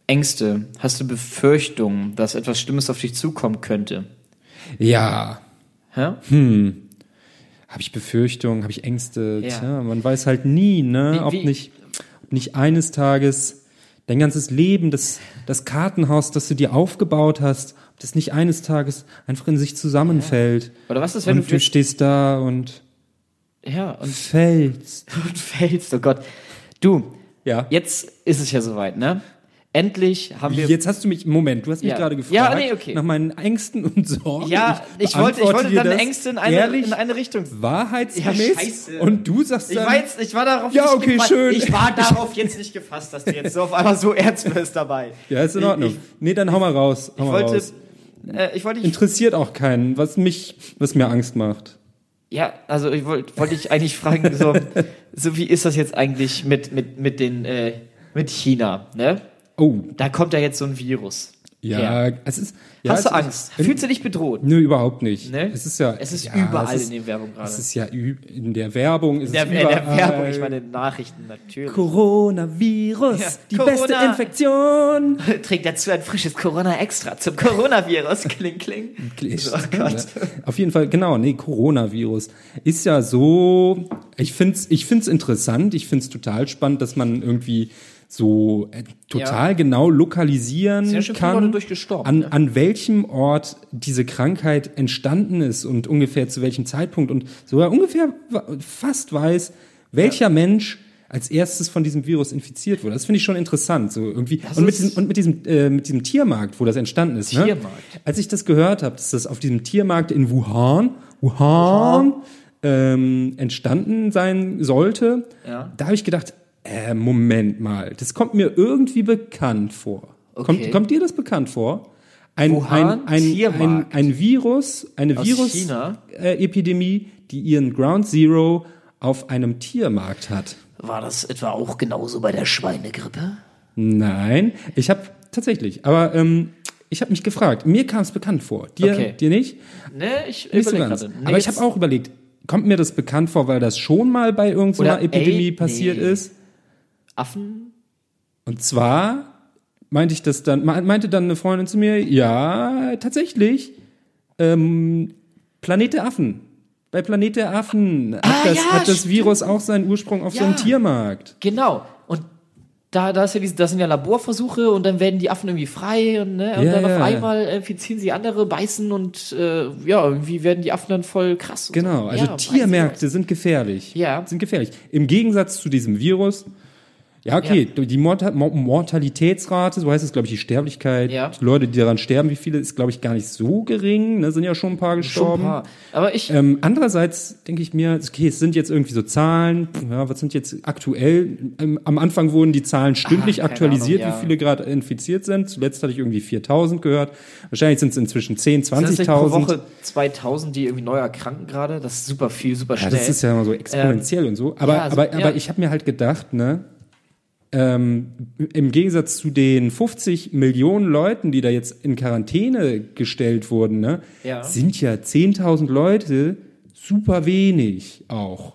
Speaker 3: Ängste? Hast du Befürchtungen, dass etwas Schlimmes auf dich zukommen könnte?
Speaker 2: ja.
Speaker 3: Hä?
Speaker 2: Hm. Habe ich Befürchtungen, habe ich Ängste?
Speaker 3: Ja.
Speaker 2: Tja, man weiß halt nie, ne?
Speaker 3: Wie-
Speaker 2: ob,
Speaker 3: wie-
Speaker 2: Nicht, ob nicht eines Tages dein ganzes Leben, das, das Kartenhaus, das du dir aufgebaut hast, ob das nicht eines Tages einfach in sich zusammenfällt.
Speaker 3: Oder was ist, wenn
Speaker 2: Und
Speaker 3: du
Speaker 2: du stehst da und
Speaker 3: ja und,
Speaker 2: fällst.
Speaker 3: und fällst? Oh Gott, du.
Speaker 2: Ja.
Speaker 3: Jetzt ist es ja soweit, ne? Endlich haben wir.
Speaker 2: Jetzt hast du mich, Moment, du hast mich
Speaker 3: Ja.
Speaker 2: gerade gefragt
Speaker 3: Ja, nee, okay.
Speaker 2: nach meinen Ängsten und Sorgen.
Speaker 3: ja, ich wollte, ich
Speaker 2: beantworte
Speaker 3: wollte
Speaker 2: dir
Speaker 3: deine
Speaker 2: das
Speaker 3: Ängste in eine,
Speaker 2: ehrlich,
Speaker 3: in eine Richtung. Ja,
Speaker 2: wahrheitsgemäß
Speaker 3: scheiße.
Speaker 2: und du sagst
Speaker 3: Ich
Speaker 2: dann,
Speaker 3: war jetzt, ich war darauf
Speaker 2: Ja,
Speaker 3: nicht
Speaker 2: okay,
Speaker 3: gefasst.
Speaker 2: schön.
Speaker 3: Ich war darauf jetzt nicht gefasst, dass du jetzt so auf einmal so ernst wirst dabei.
Speaker 2: ja, ist in Ordnung. nee, dann hau mal raus. Hau
Speaker 3: Ich
Speaker 2: mal
Speaker 3: wollte,
Speaker 2: raus.
Speaker 3: äh, ich wollte dich
Speaker 2: Interessiert auch keinen, was mich, was mir Angst macht.
Speaker 3: Ja, also ich wollte wollte ich eigentlich fragen, so, so wie ist das jetzt eigentlich mit, mit, mit, den, äh, mit China? Ne?
Speaker 2: Oh,
Speaker 3: Da kommt ja jetzt so ein Virus.
Speaker 2: ja,
Speaker 3: her.
Speaker 2: es ist. Ja,
Speaker 3: Hast
Speaker 2: es
Speaker 3: du Angst?
Speaker 2: Ist,
Speaker 3: Fühlst du dich bedroht?
Speaker 2: nö, überhaupt nicht.
Speaker 3: Ne?
Speaker 2: Es ist ja.
Speaker 3: Es ist
Speaker 2: ja,
Speaker 3: überall
Speaker 2: es ist,
Speaker 3: in der Werbung gerade.
Speaker 2: Es ist ja üb- in der Werbung. Ist
Speaker 3: der,
Speaker 2: es
Speaker 3: äh, der
Speaker 2: überall.
Speaker 3: Werbung, ich meine Nachrichten natürlich.
Speaker 2: Coronavirus,
Speaker 3: Ja,
Speaker 2: die
Speaker 3: Corona.
Speaker 2: beste Infektion.
Speaker 3: Trinkt dazu ein frisches Corona-Extra zum Coronavirus. Kling, kling.
Speaker 2: Ist-
Speaker 3: Oh Gott.
Speaker 2: Auf jeden Fall, genau, nee, Coronavirus ist ja so, ich find's, ich find's interessant, ich find's total spannend, dass man irgendwie so äh, total genau lokalisieren
Speaker 3: Sind ja schon viele Leute
Speaker 2: kann,
Speaker 3: durchgestorben,
Speaker 2: an,
Speaker 3: ne?
Speaker 2: an welchem Ort diese Krankheit entstanden ist und ungefähr zu welchem Zeitpunkt und sogar ungefähr wa- fast weiß, welcher Mensch als erstes von diesem Virus infiziert wurde. Das finde ich schon interessant, so irgendwie. Und mit,
Speaker 3: ist-
Speaker 2: diesem, und mit diesem, äh, mit diesem Tiermarkt, wo das entstanden ist. Ne?
Speaker 3: Tiermarkt.
Speaker 2: Als ich das gehört habe, dass das auf diesem Tiermarkt in Wuhan, Wuhan, Ähm, entstanden sein sollte,
Speaker 3: Ja.
Speaker 2: da habe ich gedacht, äh, Moment mal, das kommt mir irgendwie bekannt vor. Kommt, kommt dir das bekannt vor? Ein,
Speaker 3: Wuhan,
Speaker 2: ein, ein, ein,
Speaker 3: Tiermarkt.
Speaker 2: ein Virus, eine
Speaker 3: Aus China?
Speaker 2: Virus-Epidemie, die ihren Ground Zero auf einem Tiermarkt hat.
Speaker 3: War das etwa auch genauso bei der Schweinegrippe?
Speaker 2: Nein, ich habe tatsächlich, aber ähm, ich habe mich gefragt. Mir kam es bekannt vor. Dir,
Speaker 3: Okay.
Speaker 2: dir nicht?
Speaker 3: Ne, ich
Speaker 2: Nicht so
Speaker 3: überleg
Speaker 2: ganz.
Speaker 3: gerade. Nee,
Speaker 2: aber ich
Speaker 3: jetzt-
Speaker 2: habe auch überlegt, kommt mir das bekannt vor, weil das schon mal bei irgendeiner
Speaker 3: Oder
Speaker 2: Epidemie
Speaker 3: ey,
Speaker 2: passiert
Speaker 3: nee.
Speaker 2: ist?
Speaker 3: Affen?
Speaker 2: Und zwar meinte ich das dann, me- meinte dann eine Freundin zu mir, ja, tatsächlich, ähm, Planet der Affen. Bei Planet der Affen hat, das,
Speaker 3: Ah, ja,
Speaker 2: hat das
Speaker 3: stimmt.
Speaker 2: Virus auch seinen Ursprung auf so einem
Speaker 3: Ja.
Speaker 2: Tiermarkt.
Speaker 3: Genau. Und Da, da, ist ja diese, da sind ja Laborversuche und dann werden die Affen irgendwie frei und, ne, und
Speaker 2: Ja,
Speaker 3: dann auf
Speaker 2: ja.
Speaker 3: einmal infizieren sie andere, beißen und äh, ja, irgendwie werden die Affen dann voll krass. und
Speaker 2: Genau,
Speaker 3: so.
Speaker 2: also
Speaker 3: ja,
Speaker 2: Tiermärkte sind gefährlich.
Speaker 3: Ja.
Speaker 2: Sind gefährlich. Im Gegensatz zu diesem Virus. Ja, okay, die Morta Mo- Mortalitätsrate, so heißt es, glaube ich, die Sterblichkeit,
Speaker 3: Ja.
Speaker 2: die Leute, die daran sterben, wie viele, ist, glaube ich, gar nicht so gering. Ne? Sind ja schon ein paar
Speaker 3: Schon ein
Speaker 2: gestorben.
Speaker 3: paar. Aber ich,
Speaker 2: Ähm, andererseits denke ich mir, okay, es sind jetzt irgendwie so Zahlen, pff, ja, was sind jetzt aktuell? Ähm, am Anfang wurden die Zahlen stündlich
Speaker 3: Ah, keine
Speaker 2: aktualisiert,
Speaker 3: Ahnung, ja.
Speaker 2: wie viele gerade infiziert sind. Zuletzt hatte ich irgendwie 4000 gehört. Wahrscheinlich sind es inzwischen 10,
Speaker 3: sind das nicht pro
Speaker 2: 20.000.
Speaker 3: Woche 2000, die irgendwie neu erkranken gerade. Das ist super viel, super
Speaker 2: Ja,
Speaker 3: schnell.
Speaker 2: das ist ja immer so exponentiell und so. Aber,
Speaker 3: ja, also,
Speaker 2: aber, aber
Speaker 3: ja.
Speaker 2: ich habe mir halt gedacht, ne, ähm, im Gegensatz zu den 50 Millionen Leuten, die da jetzt in Quarantäne gestellt wurden, ne,
Speaker 3: Ja.
Speaker 2: sind ja 10.000 Leute super wenig auch.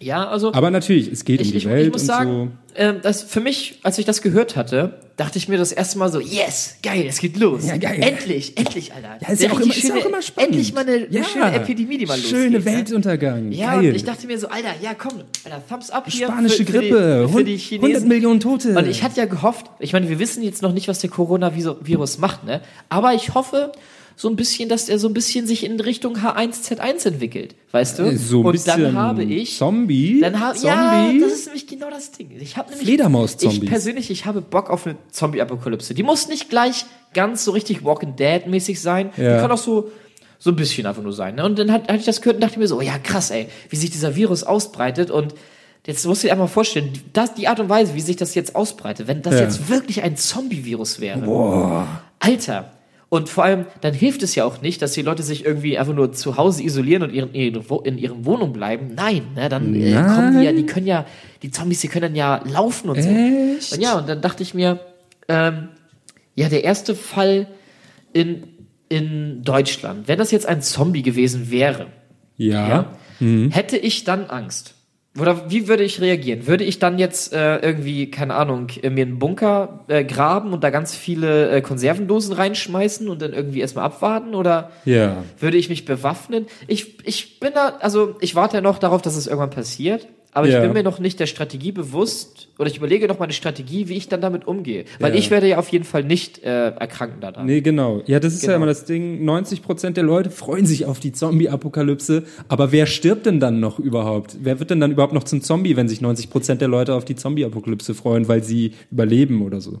Speaker 3: ja also
Speaker 2: Aber natürlich, es geht um
Speaker 3: ich,
Speaker 2: die
Speaker 3: ich,
Speaker 2: Welt
Speaker 3: ich muss
Speaker 2: und
Speaker 3: sagen, ähm, das für mich, als ich das gehört hatte, dachte ich mir das erste Mal so, yes, geil, es geht los.
Speaker 2: Ja, geil.
Speaker 3: Endlich, endlich, Alter.
Speaker 2: so. Ist ja,
Speaker 3: Eine richtig
Speaker 2: auch immer, ist ja
Speaker 3: schöne-
Speaker 2: auch immer spannend.
Speaker 3: Endlich mal eine,
Speaker 2: Ja,
Speaker 3: eine schöne Epidemie, die mal losgeht.
Speaker 2: Schöne
Speaker 3: ne?
Speaker 2: Welt-Untergang.
Speaker 3: Ja,
Speaker 2: Geil.
Speaker 3: und ich dachte mir so, Alter, ja komm, Alter, Thumbs up hier. für,
Speaker 2: Spanische
Speaker 3: für
Speaker 2: Grippe,
Speaker 3: die, für die
Speaker 2: 100
Speaker 3: Chinesen.
Speaker 2: Millionen Tote.
Speaker 3: Und ich hatte ja gehofft, ich meine, wir wissen jetzt noch nicht, was der Coronavirus macht, ne? Aber ich hoffe so ein bisschen, dass der so ein bisschen sich in Richtung H1Z1 entwickelt, weißt du?
Speaker 2: Äh, so ein
Speaker 3: Ne? und
Speaker 2: bisschen
Speaker 3: dann habe ich
Speaker 2: Zombie.
Speaker 3: dann habe ja, das ist nämlich genau das Ding. Ich habe nämlich
Speaker 2: Fledermaus-Zombies.
Speaker 3: Ich persönlich, ich habe Bock auf eine Zombie-Apokalypse. Die muss nicht gleich ganz so richtig Walking Dead-mäßig sein.
Speaker 2: Ja.
Speaker 3: Die kann auch so so ein bisschen einfach nur sein. Ne? Und dann hat, hatte ich das gehört und dachte mir so, oh ja krass, ey, wie sich dieser Virus ausbreitet und Jetzt musst du dir einmal vorstellen, das, die Art und Weise, wie sich das jetzt ausbreitet, wenn das
Speaker 2: Ja.
Speaker 3: jetzt wirklich ein Zombie-Virus wäre. Alter. Und vor allem, dann hilft es ja auch nicht, dass die Leute sich irgendwie einfach nur zu Hause isolieren und ihren, ihren, Wo- in ihren Wohnungen bleiben. Nein, ne, dann äh,
Speaker 2: Nein.
Speaker 3: kommen die ja, die können ja, die Zombies, die können dann ja laufen und
Speaker 2: Echt?
Speaker 3: so. Und ja, und dann dachte ich mir, ähm, ja, der erste Fall in, in Deutschland, wenn das jetzt ein Zombie gewesen wäre,
Speaker 2: ja.
Speaker 3: ja,
Speaker 2: Mhm.
Speaker 3: hätte ich dann Angst? Oder wie würde ich reagieren? Würde ich dann jetzt äh, irgendwie, keine Ahnung, äh, mir einen Bunker äh, graben und da ganz viele äh, Konservendosen reinschmeißen und dann irgendwie erstmal abwarten? Oder
Speaker 2: Ja.
Speaker 3: würde ich mich bewaffnen? Ich, ich bin da, also ich warte ja noch darauf, dass es irgendwann passiert. Aber
Speaker 2: Ja.
Speaker 3: ich bin mir noch nicht der Strategie bewusst oder ich überlege noch meine Strategie, wie ich dann damit umgehe. Weil
Speaker 2: Ja.
Speaker 3: ich werde ja auf jeden Fall nicht äh, erkranken daran.
Speaker 2: Nee, genau. Ja, das ist ja
Speaker 3: Genau.
Speaker 2: immer das Ding. 90% der Leute freuen sich auf die Zombie-Apokalypse. Aber wer stirbt denn dann noch überhaupt? Wer wird denn dann überhaupt noch zum Zombie, wenn sich 90% der Leute auf die Zombie-Apokalypse freuen, weil sie überleben oder so?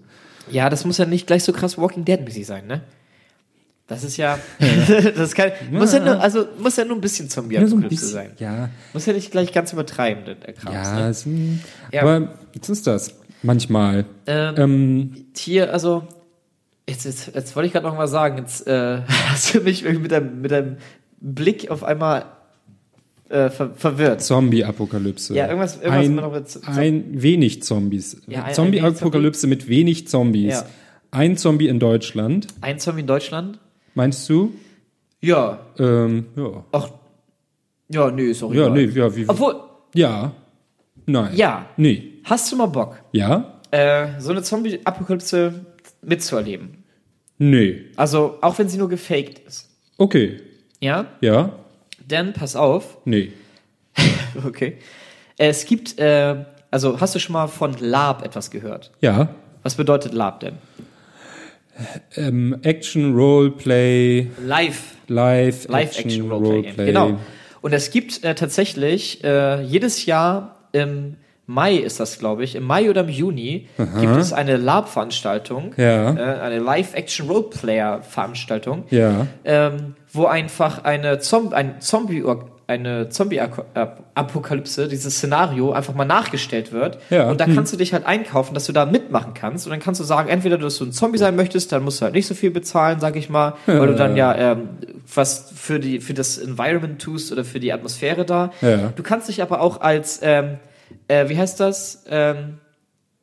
Speaker 3: Ja, das muss ja nicht gleich so krass Walking Dead-mäßig sein, ne? Das ist ja. das kann, muss, ja nur, also, muss ja nur ein bisschen Zombie-Apokalypse sein.
Speaker 2: Ja,
Speaker 3: Muss ja nicht gleich ganz übertreiben, der Kram.
Speaker 2: ja,
Speaker 3: Ne?
Speaker 2: es, hm.
Speaker 3: Ja.
Speaker 2: aber jetzt ist das manchmal.
Speaker 3: Ähm,
Speaker 2: Ähm,
Speaker 3: Hier, also. Jetzt, jetzt, jetzt wollte ich gerade noch mal sagen. Jetzt äh, hast du mich irgendwie mit deinem, mit deinem Blick auf einmal äh, ver verwirrt.
Speaker 2: Zombie-Apokalypse.
Speaker 3: Ja, irgendwas- irgendwas
Speaker 2: ein,
Speaker 3: mit noch mit Z-
Speaker 2: ein wenig Zombies.
Speaker 3: Ja, ein- ein
Speaker 2: Zombie-Apokalypse mit wenig Zombies.
Speaker 3: Ja.
Speaker 2: Ein Zombie in Deutschland,
Speaker 3: Ein Zombie in Deutschland?
Speaker 2: meinst du?
Speaker 3: Ja.
Speaker 2: Ähm, ja.
Speaker 3: Ach. Ja, nee, sorry.
Speaker 2: Ja, nee, ja, wie,
Speaker 3: Obwohl,
Speaker 2: ja, nein.
Speaker 3: Ja.
Speaker 2: Nee.
Speaker 3: hast du mal Bock,
Speaker 2: Ja?
Speaker 3: äh, so eine Zombie-Apokalypse mitzuerleben?
Speaker 2: Nee.
Speaker 3: Also, auch wenn sie nur gefaked ist.
Speaker 2: Okay.
Speaker 3: Ja?
Speaker 2: Ja?
Speaker 3: Denn, pass auf.
Speaker 2: Nee.
Speaker 3: Okay. Es gibt, äh, also hast du schon mal von Lab etwas gehört?
Speaker 2: Ja.
Speaker 3: Was bedeutet Lab denn?
Speaker 2: Ähm, Action, Roleplay,
Speaker 3: Live.
Speaker 2: Live,
Speaker 3: Live-Action-Roleplay-Game. Genau. Und es gibt äh, tatsächlich äh, jedes Jahr im Mai ist das, glaube ich, im Mai oder im Juni gibt es eine Lab-Veranstaltung,
Speaker 2: Ja.
Speaker 3: äh, eine Live-Action-Roleplayer-Veranstaltung,
Speaker 2: Ja.
Speaker 3: ähm, wo einfach eine, Zom ein Zombie eine Zombie-Apokalypse, dieses Szenario einfach mal nachgestellt wird.
Speaker 2: Ja.
Speaker 3: Und da
Speaker 2: Hm.
Speaker 3: kannst du dich halt einkaufen, dass du da mitmachen kannst. Und dann kannst du sagen, entweder dass du ein Zombie sein möchtest, dann musst du halt nicht so viel bezahlen, sag ich mal, weil du dann ja ähm, was für, die, für das Environment tust oder für die Atmosphäre da.
Speaker 2: Ja.
Speaker 3: Du kannst dich aber auch als, ähm, äh, wie heißt das? Ähm,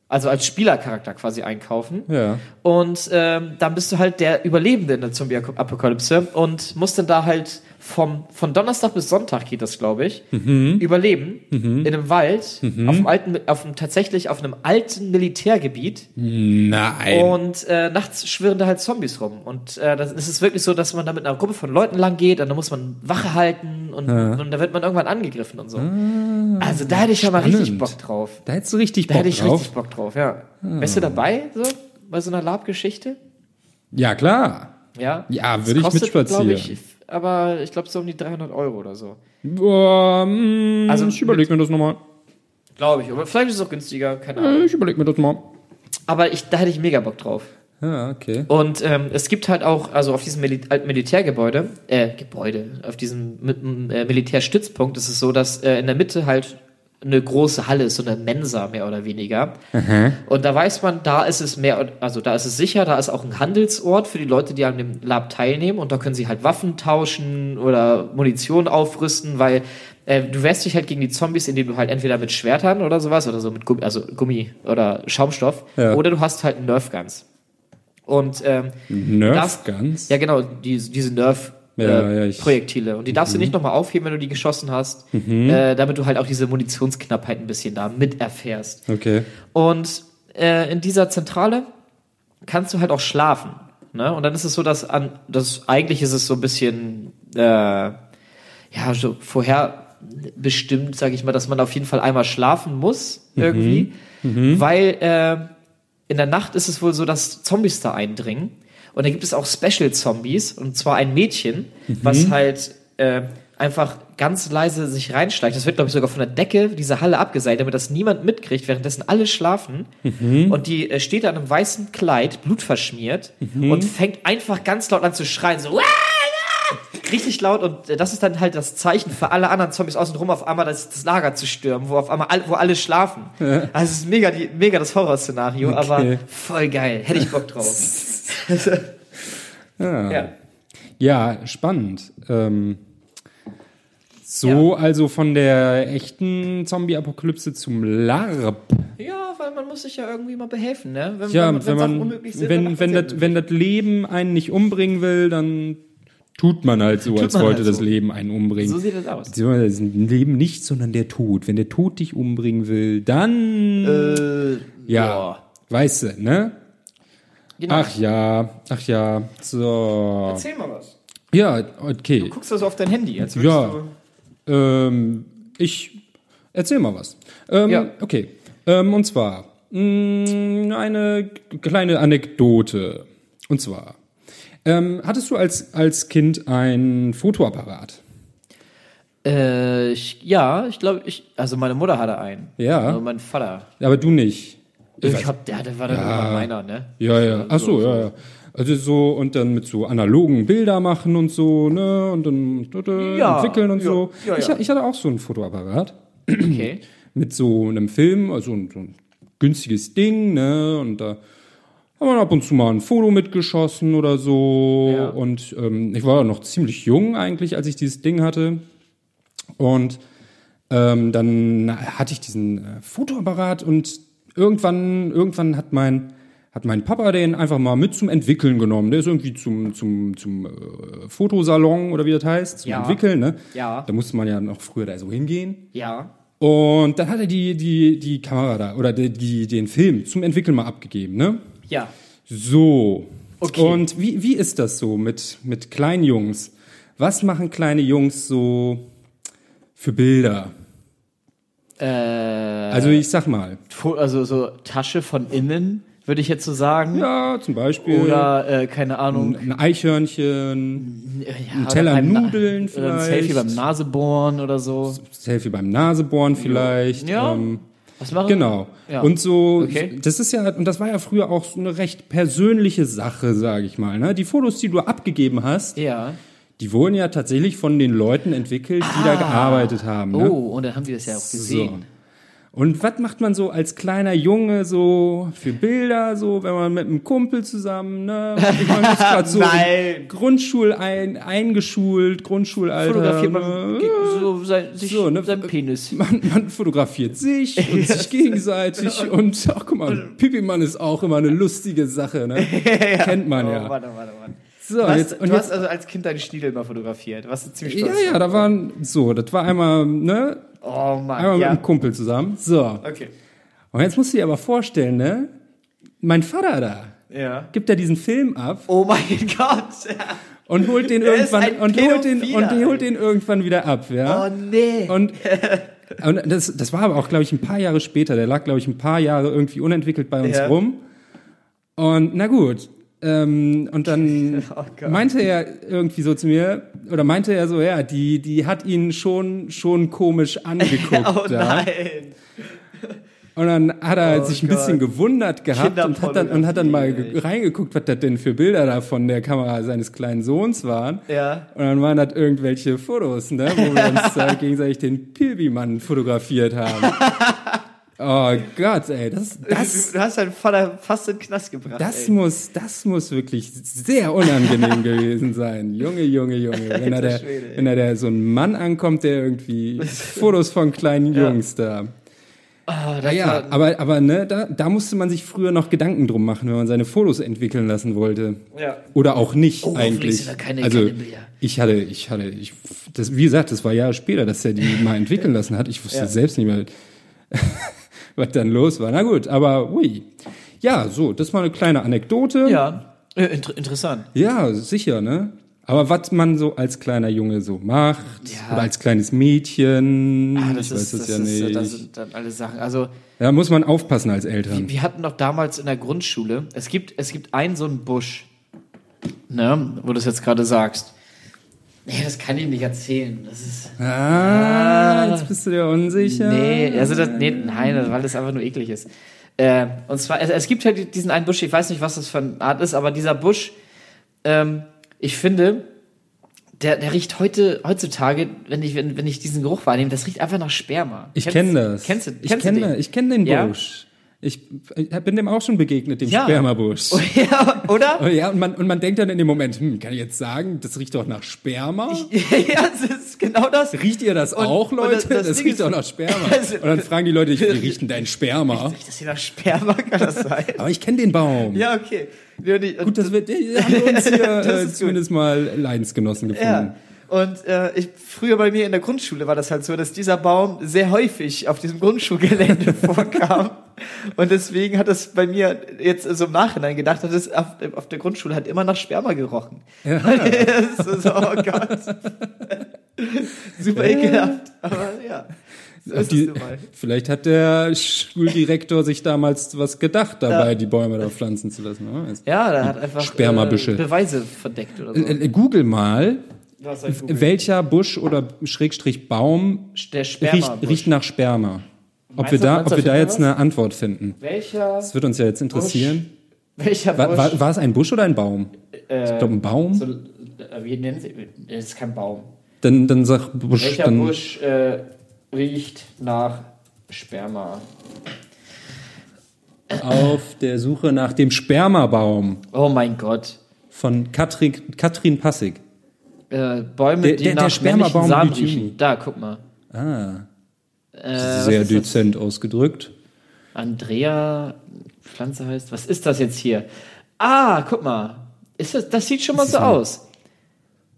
Speaker 3: also als Spielercharakter quasi einkaufen.
Speaker 2: Ja.
Speaker 3: Und ähm, dann bist du halt der Überlebende in der Zombie-Apokalypse und musst dann da halt vom, von Donnerstag bis Sonntag geht das, glaube ich,
Speaker 2: Mhm.
Speaker 3: überleben in einem Wald, auf, dem alten, auf dem, tatsächlich auf einem alten Militärgebiet
Speaker 2: Nein.
Speaker 3: und äh, nachts schwirren da halt Zombies rum. Und äh, das ist es wirklich so, dass man da mit einer Gruppe von Leuten lang geht und da muss man Wache halten und, und da wird man irgendwann angegriffen und so. also da hätte ich ja mal richtig
Speaker 2: Ah, spannend.
Speaker 3: Bock drauf.
Speaker 2: da hättest du richtig
Speaker 3: Da
Speaker 2: Bock
Speaker 3: hätte ich
Speaker 2: drauf. Ah.
Speaker 3: richtig Bock drauf, ja. Wärst du dabei, so, bei so einer Lab-Geschichte?
Speaker 2: ja, klar.
Speaker 3: Ja,
Speaker 2: Ja,
Speaker 3: Das
Speaker 2: würde ich
Speaker 3: kostet,
Speaker 2: mitspazieren.
Speaker 3: glaub ich, aber ich glaube so um die 300 Euro oder so.
Speaker 2: Boah, mm,
Speaker 3: Also
Speaker 2: ich überlege mir das nochmal.
Speaker 3: Glaube ich. Aber vielleicht ist es auch günstiger, keine Ahnung.
Speaker 2: Also, Ich überlege mir das mal.
Speaker 3: Aber ich, da hätte ich mega Bock drauf.
Speaker 2: Ja, okay.
Speaker 3: Und ähm, es gibt halt auch, also auf diesem Mili alten Militärgebäude, äh, Gebäude, auf diesem Mi- m- äh, Militärstützpunkt ist es so, dass äh, in der Mitte halt eine große Halle ist, so eine Mensa mehr oder weniger. Und da weiß man, da ist es mehr, also da ist es sicher, da ist auch ein Handelsort für die Leute, die an dem Lab teilnehmen und da können sie halt Waffen tauschen oder Munition aufrüsten, weil äh, du wehrst dich halt gegen die Zombies, indem du halt entweder mit Schwertern oder sowas oder so mit Gummi, also Gummi oder Schaumstoff
Speaker 2: Ja.
Speaker 3: oder du hast halt Nerfguns. Und ähm, darfst-
Speaker 2: Nerfguns?
Speaker 3: Ja, genau, die, diese Nerf.
Speaker 2: Ja, ja,
Speaker 3: äh,
Speaker 2: ich- Mhm.
Speaker 3: Projektile. Und die darfst du nicht nochmal aufheben, wenn du die geschossen hast, äh, damit du halt auch diese Munitionsknappheit ein bisschen da mit erfährst.
Speaker 2: Okay.
Speaker 3: Und äh, in dieser Zentrale kannst du halt auch schlafen. Ne? Und dann ist es so, dass an das eigentlich ist es so ein bisschen äh, ja so vorher bestimmt, sage ich mal, dass man auf jeden Fall einmal schlafen muss
Speaker 2: Mhm.
Speaker 3: irgendwie, weil äh, in der Nacht ist es wohl so, dass Zombies da eindringen. Und da gibt es auch Special-Zombies, und zwar ein Mädchen, was halt äh, einfach ganz leise sich reinschleicht. Das wird, glaube ich, sogar von der Decke dieser Halle abgeseilt, damit das niemand mitkriegt, währenddessen alle schlafen. Und die äh, steht da in einem weißen Kleid, blutverschmiert, und fängt einfach ganz laut an zu schreien, so, "Wah!" richtig laut und äh, das ist dann halt das Zeichen für alle anderen Zombies außenrum auf einmal das, das Lager zu stürmen, wo auf einmal all, wo alle schlafen. Also es ist mega die mega das Horrorszenario, aber voll geil, hätte ich Bock drauf.
Speaker 2: Also,
Speaker 3: ja.
Speaker 2: Ja, spannend. Ähm, so, also von der echten Zombie-Apokalypse zum LARP.
Speaker 3: ja, weil man muss sich ja irgendwie mal behelfen, ne? Wenn,
Speaker 2: Ja, wenn
Speaker 3: Sachen
Speaker 2: man,
Speaker 3: unmöglich sind, dann
Speaker 2: wenn,
Speaker 3: macht
Speaker 2: wenn,
Speaker 3: man's
Speaker 2: das, wenn das Leben einen nicht umbringen will, dann tut man halt so, als
Speaker 3: man
Speaker 2: wollte
Speaker 3: halt
Speaker 2: das
Speaker 3: so.
Speaker 2: Leben einen umbringen.
Speaker 3: So sieht das aus.
Speaker 2: Beziehungsweise das Leben nicht, sondern der Tod. Wenn der Tod dich umbringen will, dann. ja.
Speaker 3: ja.
Speaker 2: Weißt du, ne?
Speaker 3: Genau.
Speaker 2: Ach ja, ach ja. So.
Speaker 3: Erzähl mal was.
Speaker 2: Ja, okay.
Speaker 3: Du guckst also auf dein Handy jetzt.
Speaker 2: Ja. Ähm, ich erzähl mal was. Ähm,
Speaker 3: Ja.
Speaker 2: Okay. Ähm, und zwar mh, eine kleine Anekdote. Und zwar ähm, hattest du als als Kind ein Fotoapparat?
Speaker 3: Äh, ich, ja, ich glaube, ich, also meine Mutter hatte einen.
Speaker 2: Ja.
Speaker 3: Also mein Vater.
Speaker 2: Aber du nicht.
Speaker 3: Ich, hab, der, der war dann immer meiner, ne?
Speaker 2: Ja, ja. Ach so, ja, ja. Also so und dann mit so analogen Bilder machen und so, ne? Und dann äh,
Speaker 3: Ja,
Speaker 2: entwickeln und
Speaker 3: ja,
Speaker 2: so.
Speaker 3: ja, ja.
Speaker 2: Ich, ich hatte auch so ein Fotoapparat.
Speaker 3: Okay.
Speaker 2: mit so einem Film, also ein, so ein günstiges Ding, ne? Und da haben wir ab und zu mal ein Foto mitgeschossen oder so.
Speaker 3: Ja.
Speaker 2: Und ähm, ich war noch ziemlich jung eigentlich, als ich dieses Ding hatte. Und ähm, dann hatte ich diesen äh, Fotoapparat und irgendwann, irgendwann hat mein hat mein Papa den einfach mal mit zum Entwickeln genommen. Der ist irgendwie zum, zum, zum äh, Fotosalon oder wie das heißt, zum
Speaker 3: Ja.
Speaker 2: Entwickeln. Ne?
Speaker 3: Ja.
Speaker 2: Da musste man ja noch früher da so hingehen.
Speaker 3: Ja.
Speaker 2: Und dann hat er die, die, die Kamera da oder die, die, den Film zum Entwickeln mal abgegeben, ne?
Speaker 3: Ja.
Speaker 2: So.
Speaker 3: Okay.
Speaker 2: Und wie, wie ist das so mit, mit kleinen Jungs? Was machen kleine Jungs so für Bilder?
Speaker 3: Äh,
Speaker 2: Also ich sag mal,
Speaker 3: Fo- also so Tasche von innen, würde ich jetzt so sagen.
Speaker 2: ja, zum Beispiel
Speaker 3: Oder, äh, keine Ahnung,
Speaker 2: ein Eichhörnchen,
Speaker 3: ja,
Speaker 2: ein Teller
Speaker 3: oder Na-
Speaker 2: Nudeln
Speaker 3: Oder ein Selfie
Speaker 2: vielleicht.
Speaker 3: beim Nasebohren oder so.
Speaker 2: Selfie beim Nasebohren vielleicht.
Speaker 3: Ja.
Speaker 2: Ähm,
Speaker 3: Was machen
Speaker 2: Genau.
Speaker 3: Ja.
Speaker 2: Und so,
Speaker 3: Okay.
Speaker 2: das ist ja, und das war ja früher auch so eine recht persönliche Sache, sage ich mal. Ne? Die Fotos, die du abgegeben hast,
Speaker 3: Ja.
Speaker 2: die wurden ja tatsächlich von den Leuten entwickelt, die da gearbeitet haben.
Speaker 3: Ah. Oh,
Speaker 2: Ne?
Speaker 3: und dann haben die das ja auch gesehen.
Speaker 2: Und was macht man so als kleiner Junge so für Bilder, so wenn man mit einem Kumpel zusammen, ne? Man ist grad so
Speaker 3: Nein.
Speaker 2: Grundschul ein, eingeschult, Grundschulalter.
Speaker 3: Fotografiert man
Speaker 2: ne?
Speaker 3: ge- so sein, sich,
Speaker 2: So, ne?
Speaker 3: seinen Penis.
Speaker 2: Man, man fotografiert sich und sich gegenseitig und ach guck mal, Pipi-Mann ist auch immer eine lustige Sache, ne? Kennt man ja.
Speaker 3: Oh, warte, warte, warte.
Speaker 2: So,
Speaker 3: Du hast,
Speaker 2: jetzt, und
Speaker 3: du hast
Speaker 2: jetzt,
Speaker 3: also als Kind deine Schniedel immer fotografiert. Was du ziemlich
Speaker 2: ja,
Speaker 3: stolz
Speaker 2: ja, da waren, so, das war einmal, ne,
Speaker 3: Oh
Speaker 2: einmal
Speaker 3: Mann,
Speaker 2: mit
Speaker 3: ja.
Speaker 2: einem Kumpel zusammen. So.
Speaker 3: Okay.
Speaker 2: Und jetzt musst du dir aber vorstellen, ne, mein Vater da
Speaker 3: Ja.
Speaker 2: gibt da diesen Film ab
Speaker 3: Oh mein Gott.
Speaker 2: und holt den
Speaker 3: Er ist
Speaker 2: irgendwann
Speaker 3: ein
Speaker 2: und holt den und
Speaker 3: Pädophiler,
Speaker 2: holt den irgendwann wieder ab, ja.
Speaker 3: Oh nee.
Speaker 2: Und, und das, das war aber auch, glaube ich, ein paar Jahre später. Der lag, glaube ich, ein paar Jahre irgendwie unentwickelt bei uns
Speaker 3: Ja.
Speaker 2: rum. Und na gut. Ähm, und dann
Speaker 3: Oh Gott.
Speaker 2: meinte er irgendwie so zu mir, oder meinte er so, ja, die, die hat ihn schon, schon komisch angeguckt.
Speaker 3: oh
Speaker 2: da.
Speaker 3: nein.
Speaker 2: Und dann hat er
Speaker 3: Oh
Speaker 2: sich ein
Speaker 3: Gott.
Speaker 2: bisschen gewundert gehabt und hat dann, und hat dann mal ge-
Speaker 3: Kinderpornografie,
Speaker 2: reingeguckt, was das denn für Bilder da von der Kamera seines kleinen Sohns waren.
Speaker 3: Ja.
Speaker 2: Und dann waren das irgendwelche Fotos, ne, wo wir uns da gegenseitig den Pilbi-Mann fotografiert haben. oh Gott, ey, das, das,
Speaker 3: du hast deinen Vater fast in den Knast gebracht.
Speaker 2: das
Speaker 3: ey.
Speaker 2: muss, das muss wirklich sehr unangenehm gewesen sein. Junge, Junge, Junge. Wenn da der,
Speaker 3: Schwede, ey.
Speaker 2: wenn da der so ein Mann ankommt, der irgendwie Fotos von kleinen Jungs da.
Speaker 3: Ah, da
Speaker 2: Ja,
Speaker 3: kann-
Speaker 2: aber, aber ne, da, da musste man sich früher noch Gedanken drum machen, wenn man seine Fotos entwickeln lassen wollte.
Speaker 3: Ja.
Speaker 2: Oder auch nicht
Speaker 3: Oh, hoffentlich
Speaker 2: eigentlich.
Speaker 3: sind da keine-
Speaker 2: also
Speaker 3: keine Bilder.
Speaker 2: ich hatte, ich hatte, ich, das, wie gesagt, das war Jahre später, dass er die mal entwickeln lassen hat. Ich wusste
Speaker 3: Ja.
Speaker 2: selbst nicht mehr, was dann los war. Na gut, aber ui. Ja, so, das war eine kleine Anekdote.
Speaker 3: ja. Äh, inter- interessant.
Speaker 2: Ja, sicher, ne? Aber was man so als kleiner Junge so macht,
Speaker 3: Ja.
Speaker 2: oder als kleines Mädchen,
Speaker 3: Ah,
Speaker 2: ich weiß das, ja
Speaker 3: ist,
Speaker 2: nicht.
Speaker 3: Das sind dann alle Sachen. Also,
Speaker 2: da muss man aufpassen als Eltern.
Speaker 3: Wir hatten doch damals in der Grundschule, es gibt, es gibt einen so einen Busch, ne, wo du es jetzt gerade sagst. Nee, das kann ich nicht erzählen. Das ist.
Speaker 2: Ah, jetzt bist du dir unsicher.
Speaker 3: Nee, also das, nee, nein, das- weil das einfach nur eklig ist. Äh, und zwar, es, es gibt halt diesen einen Busch, ich weiß nicht, was das für eine Art ist, aber dieser Busch, ähm, ich finde, der, der riecht heute, heutzutage, wenn ich, wenn, wenn ich diesen Geruch wahrnehme, das riecht einfach nach Sperma.
Speaker 2: Ich
Speaker 3: Kennst-
Speaker 2: kenne das.
Speaker 3: Kennst du,
Speaker 2: ich
Speaker 3: kennst du
Speaker 2: kenne
Speaker 3: den?
Speaker 2: den? Ich kenne den
Speaker 3: Ja?
Speaker 2: Busch. Ich, ich bin dem auch schon begegnet, dem
Speaker 3: Ja.
Speaker 2: Spermabusch.
Speaker 3: ja, oder?
Speaker 2: Oh ja, und man, und man denkt dann in dem Moment, hm, kann ich jetzt sagen, das riecht doch nach Sperma?
Speaker 3: ja, das ist genau das.
Speaker 2: riecht ihr das auch,
Speaker 3: und
Speaker 2: Leute?
Speaker 3: das- das
Speaker 2: das
Speaker 3: Ding
Speaker 2: riecht
Speaker 3: ist-
Speaker 2: doch nach Sperma.
Speaker 3: Also-
Speaker 2: und dann fragen die Leute, wie riecht denn dein Sperma?
Speaker 3: Riecht das hier nach Sperma? Kann das sein?
Speaker 2: Aber ich kenne den Baum.
Speaker 3: ja, okay. Ja, die-
Speaker 2: Gut, das wird, äh, haben wir uns hier
Speaker 3: Das ist
Speaker 2: äh,
Speaker 3: gut.
Speaker 2: zumindest mal Leidensgenossen gefunden.
Speaker 3: ja. Und äh, ich, früher bei mir in der Grundschule war das halt so, dass dieser Baum sehr häufig auf diesem Grundschulgelände vorkam. Und deswegen hat das bei mir jetzt so im Nachhinein gedacht, dass es auf, auf der Grundschule hat immer nach Sperma gerochen. Ja. das ist so, oh Gott. Super ekelhaft. Aber ja. So ist
Speaker 2: Die,
Speaker 3: es nun mal.
Speaker 2: vielleicht hat der Schuldirektor sich damals was gedacht dabei, die Bäume da pflanzen zu lassen. ne? wer weiß.
Speaker 3: Ja, da hat einfach
Speaker 2: Spermabüsche.
Speaker 3: Äh, Beweise verdeckt oder so.
Speaker 2: Äh, äh, Google mal,
Speaker 3: Du hast halt Google.
Speaker 2: welcher Busch oder Schrägstrich Baum
Speaker 3: Der
Speaker 2: riecht,
Speaker 3: Sperma.
Speaker 2: riecht nach Sperma. Ob wir
Speaker 3: Meinst du-
Speaker 2: da,
Speaker 3: meinst
Speaker 2: ob
Speaker 3: du,
Speaker 2: wir da
Speaker 3: finden wir
Speaker 2: jetzt eine Antwort finden.
Speaker 3: Welcher?
Speaker 2: Das wird uns ja jetzt interessieren.
Speaker 3: Welcher
Speaker 2: War,
Speaker 3: Busch?
Speaker 2: war, war es ein Busch oder ein Baum? ich glaube, ein Baum.
Speaker 3: so, äh, wie nennen sie? Das ist kein Baum.
Speaker 2: dann, dann sag Busch.
Speaker 3: Welcher
Speaker 2: dann,
Speaker 3: Busch äh, riecht nach Sperma?
Speaker 2: Auf der Suche nach dem Spermabaum
Speaker 3: Oh mein Gott.
Speaker 2: von Katrin, Katrin Passig.
Speaker 3: Äh, Bäume,
Speaker 2: Der-
Speaker 3: die
Speaker 2: der-
Speaker 3: nach
Speaker 2: der
Speaker 3: männlichen
Speaker 2: Spermabaum
Speaker 3: Samen
Speaker 2: blüht
Speaker 3: riechen.
Speaker 2: Juni.
Speaker 3: Da, guck mal.
Speaker 2: Sehr
Speaker 3: ist das?
Speaker 2: dezent ausgedrückt.
Speaker 3: Andrea, Pflanze heißt. Was ist das jetzt hier? Ah, guck mal. Ist das, das sieht schon mal so aus.